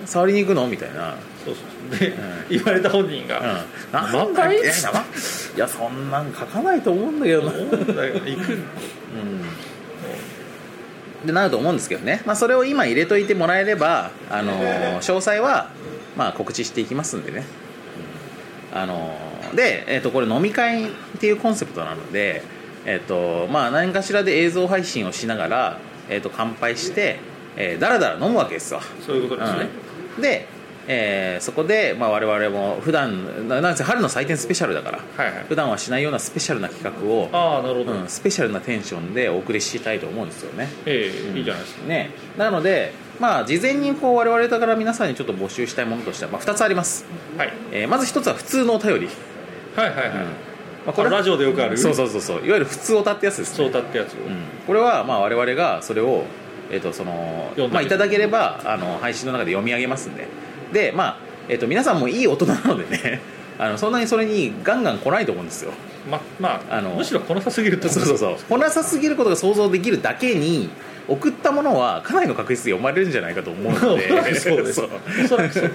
触りに行くの?」みたいな
そうそうで、言われた本
「
人
うん
が、
な
生パイ
いや生いやそんなん書かないと思うんだけどな」
思うんだよ行く
でなると思うんですけどね、まあ、それを今入れといてもらえれば、あのー詳細は、まあ、告知していきますんでね、うんあのーで、えっとこれ飲み会っていうコンセプトなので、えっとまあ、何かしらで映像配信をしながら、えっと乾杯して、えー、だらだら飲むわけですわ
そういうことですね、
うんで、えーそこで、まあ、我々も普段ななんせ春の祭典スペシャルだから
はいはい
普段はしないようなスペシャルな企画を、
ああなるほど、
うん、スペシャルなテンションでお送りしたいと思うんですよね
ええいいじゃないですか
ね、なので、まあ、事前にこう我々だから皆さんにちょっと募集したいものとしては、まあ、2つあります、
はい、
えーまず1つは普通のお便り、
はいはいはい、
まあ、
これラジオでよくある
そうそうそうそういわゆる普通おたってやつです
そう
ね
歌ってやつを、
うん、これはまあ我々がそれを、えーとその
読んでみる
まあ、いただければあの配信の中で読み上げますんでで、まあえー、と皆さんもいい大人なのでねあのそんなにそれにガンガン来ないと思うんですよ
ままあ
あの
むしろこの差すぎると
そうそうそう来なさすぎることが想像できるだけに送ったものはかなりの確率で読まれるんじゃないかと思うので
そうです
そう
おそらくそう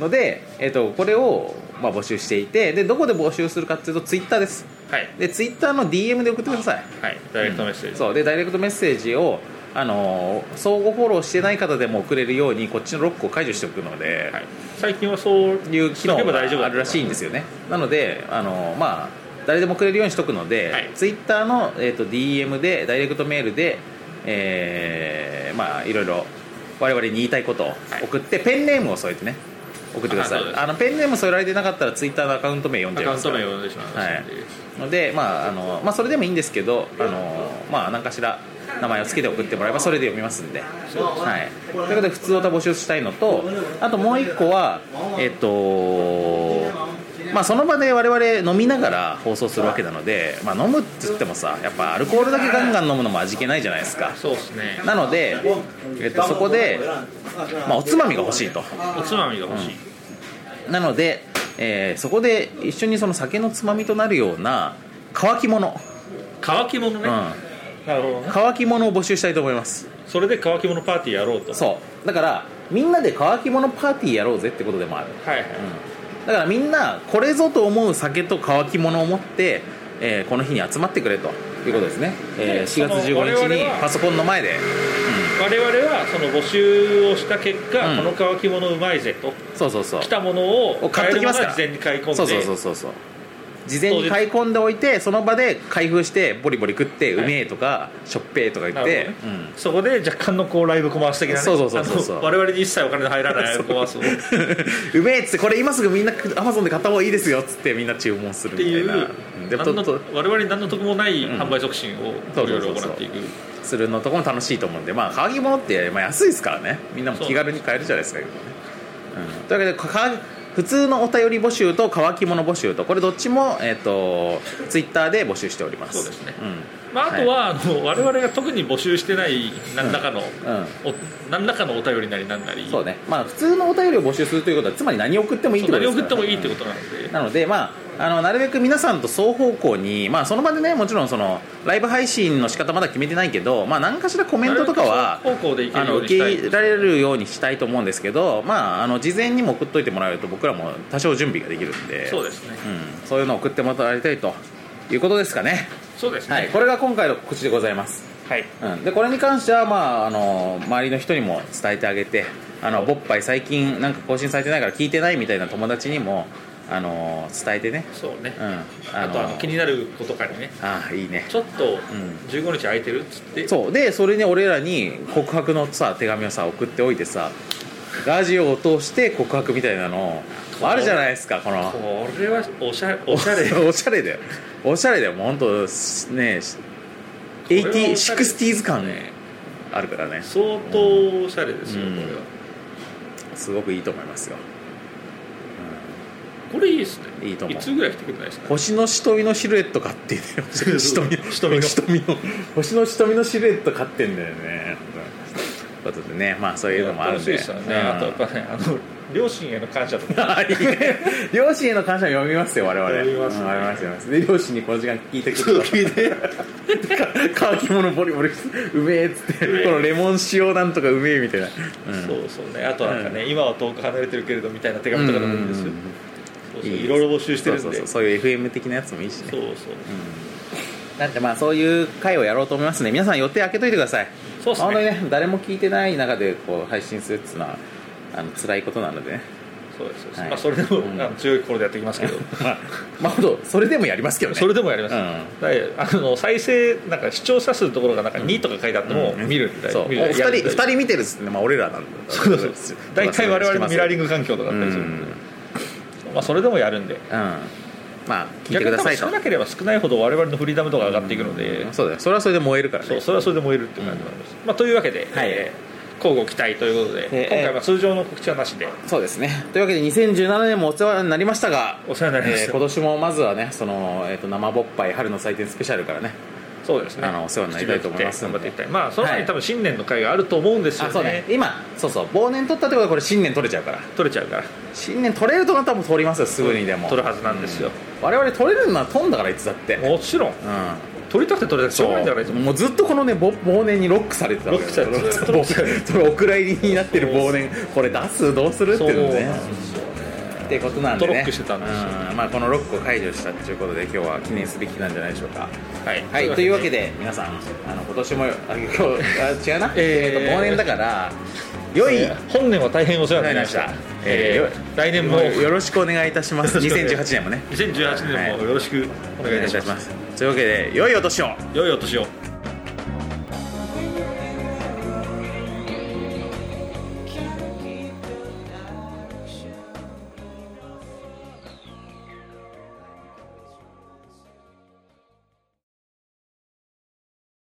ので、えっとこれを、まあ、募集していてでどこで募集するかっていうとツイッターです
はい
でツイッターの DM で送ってください
はいダイレクトメッセージ、
そうでダイレクトメッセージをあのー相互フォローしてない方でも送れるようにこっちのロックを解除しておくので、
はい、最近はそう
い、う機能
しとけば大丈夫
が
だ
あるらしいんですよねなのであのーまあ誰でも送れるようにしとくので、
はい
ツイッターの、えー、と DM でダイレクトメールでえーまあいろいろ我々に言いたいことを送って、ペンネームを添えてね送ってください
あそうです
あのペンネーム添えられてなかったらツイッターのアカウント名読ん
ア
じゃいま
カウン
すか
ト
ら
名を呼んでしまいま
は
す
い
ので、、
ので、まああのまあ、それでもいいんですけど、あのまあ、何かしら名前をつけて送ってもらえばそれで読みますんで。はい、ということで普通オタ募集したいのとあともう一個は、えっとまあ、その場で我々飲みながら放送するわけなので、まあ、飲むって言ってもさやっぱアルコールだけガンガン飲むのも味気ないじゃないですか
そうですね
なので、えっと、そこで、まあ、おつまみが欲しいと。
おつまみが欲しい、
なので、えーそこで一緒にその酒のつまみとなるような乾き物、
乾き物
う
ね、
ん、
なるほどね
乾き物を募集したいと思います
それで乾き物パーティーやろうと
そうだからみんなで乾き物パーティーやろうぜってことでもある
はいはい、
だからみんなこれぞと思う酒と乾き物を持って、えーこの日に集まってくれということですね、えー4月
その我
15
々
日に
は
パソコンの前で
我々はその募集をした結果、
うん
この乾き物うまいぜと
そうそうそう
来たものを
を買ってきますから
買えるものは事前に買い込んで
そうそうそうそうそう事前に買い込んでおいてその場で開封してボリボリ食って、
はいう
めえとかしょっぺえとか言
な
っ
る
て、
ほどねそこで若干のこうライブコマース的なね
そうそうそうそうそう
あの我々に一切お金の入らないライブコマース をっ
うん、うめえっつってこれ今すぐみんなアマゾンで買った方がいいですよっつってみんな注文する
てい
み
う
たいなうんで
何
と
の
と
我々に何の得もない
ん
販売促進をい
そうそ
ろ
う
い
そ
ろ
うそう
行っていく
するのとかも楽しいと思うんでまあ乾き物って、まあ、安いですからねみんなも気軽に買えるじゃないですか、うん、というわけでかか普通のお便り募集と乾き物募集とこれどっちも、えっとツイッターで募集しております
そうですねまあ、あとは、あの我々が特に募集してない何らかの、
うん、うん
お何らかのお便りなりなんなり
そうねまあ普通のお便りを募集するということはつまり何を送ってもいいってこと
何
で
を
すから、
送っ
ね、
てもいいってことなので、
なので、まあ、あのなるべく皆さんと双方向に、まあ、その場でねもちろんそのライブ配信の仕方まだ決めてないけど、まあ、何かしらコメントとかは
なるべく双方向でいけ
あ
るよ
の
う
受け
にしたい
入れられるようにしたいと思うんですけど、まあ、あの事前にも送っといてもらえると僕らも多少準備ができるんで
そうですね
うん、そういうのを送ってもらいたいということですかね、
そうですね
はい、これが今回の告知でございます、
はい
うん、でこれに関しては、まあ、あの周りの人にも伝えてあげてあのボッパイ最近なんか更新されてないから聞いてないみたいな友達にもあの伝えてね、
そうね、
うん、あ
あとあの気になる子とかにね
ああいいね
ちょっと
ん
15日空いてるっつって、
そうでそれに俺らに告白のさ手紙をさ送っておいてさラジオを通して告白みたいなのあるじゃないですかこの
これはおしゃ おしゃれ
おしゃれだよおしゃれだよもう本当すね
これはおしゃれですね
8060s 感あるからね
相当おしゃれです
う
よ、
ん
これは
すごくいいと思いますよ
これいいですね
いいと思う
つぐらい来てくれないですか
星の瞳のシルエット買ってん だよ瞳
瞳の
瞳の星の瞳のシルエット買ってんだよねということでねまあそういうのもあるんで
楽しいですよね、あとやっぱねあの両親への感謝と か
はい両親への感謝を読みますよ我々
読みますね
うん読みます読みますで両親にこの時間聞いてくる聞いてか乾き物ボリボリうめえっつって
うめえ
このレモン塩なんとかうめえみたいな、うん
そうそうねあとなんかね、今は遠く離れてるけれどみたいな手紙とかでもいいんですよ、
うんうんうん
そうそう
いい
いろいろ募集してるんで
そうそうそうそういう FM 的なやつもいいしね
そうそう
なんでまあそういう回をやろうと思いますね皆さん予定開けといてください
そうっすね
まあ本当にね誰も聞いてない中でこう配信するっていうのはあの辛いことなのでね
そうですそうです、
はい
まあそれでも、
うん
あの強い心でやっていきますけど
まあほんとそれでもやりますけどね
それでもやります、
うん
だからあの再生なんか視聴者数のところがなんか2とか書いてあっても
うん
見るみたいな、
そう
見る
二人
やるみ
二
たい
人見てるっつってねまあ俺らなんだ
なそうそうそう大体我々のミラーリング環境とか
う
だっ
ん
た
う
り
ん
する、まあ、それでもやるんで
まあ聞いて
逆
く
に
だ
多
さ
分
いと
少なければ少ないほど我々のフリーダム度が上がっていくので、
そうだよそれはそれで燃えるから
そう
ね
それはそれで燃えるっていう感じなんです、まあ、というわけで、
はい
えー交互期待ということで、
えー
今回は通常の告知はなしで
そうですねというわけで2017年もお世話になりましたが
お世話になりまし
えー
た、
今年もまずはねその、えー、と生勃発春の祭典スペシャルからね
そうですね
あのお世話になりたいと思いますんで
頑張っていきたいまあその前
はい
に多分新年の会があると思うんですよ
あ
ね,、
そうね今そうそう忘年取ったってことはこれ新年取れちゃうから
取れちゃうから
新年取れるとなったらもう取りますよすぐにでも
取るはずなんですよ、
我々取れるのは取んだからいつだって
もちろん
うん
取りたくて取れたくてしょうがないんだからいつも
もうずっとこのねぼ忘年にロックされてたわけ
ロックされてた
そうそのお蔵入りになってる忘年これ出すどうするって
そう
いうの
な
ね
んですよ
ってことなんでね
ずっとロックしてたんですよ
うんまあ、このロックを解除したっていうことで今日は記念すべきなんじゃないでしょうか
はい、
はいというわけで皆さんあの今年もあ今日あ違うな、
えー
えっと忘年だから良い、
えー本年は大変お世話になりました
わかりました
えー来年も
よろしくお願いいたします
よろし くお願い
2018年もね
2018年もよろしくお
お
願い
願い
い
い
た
た
し
し
ま
ますすというわけで良いお年を
良いお年を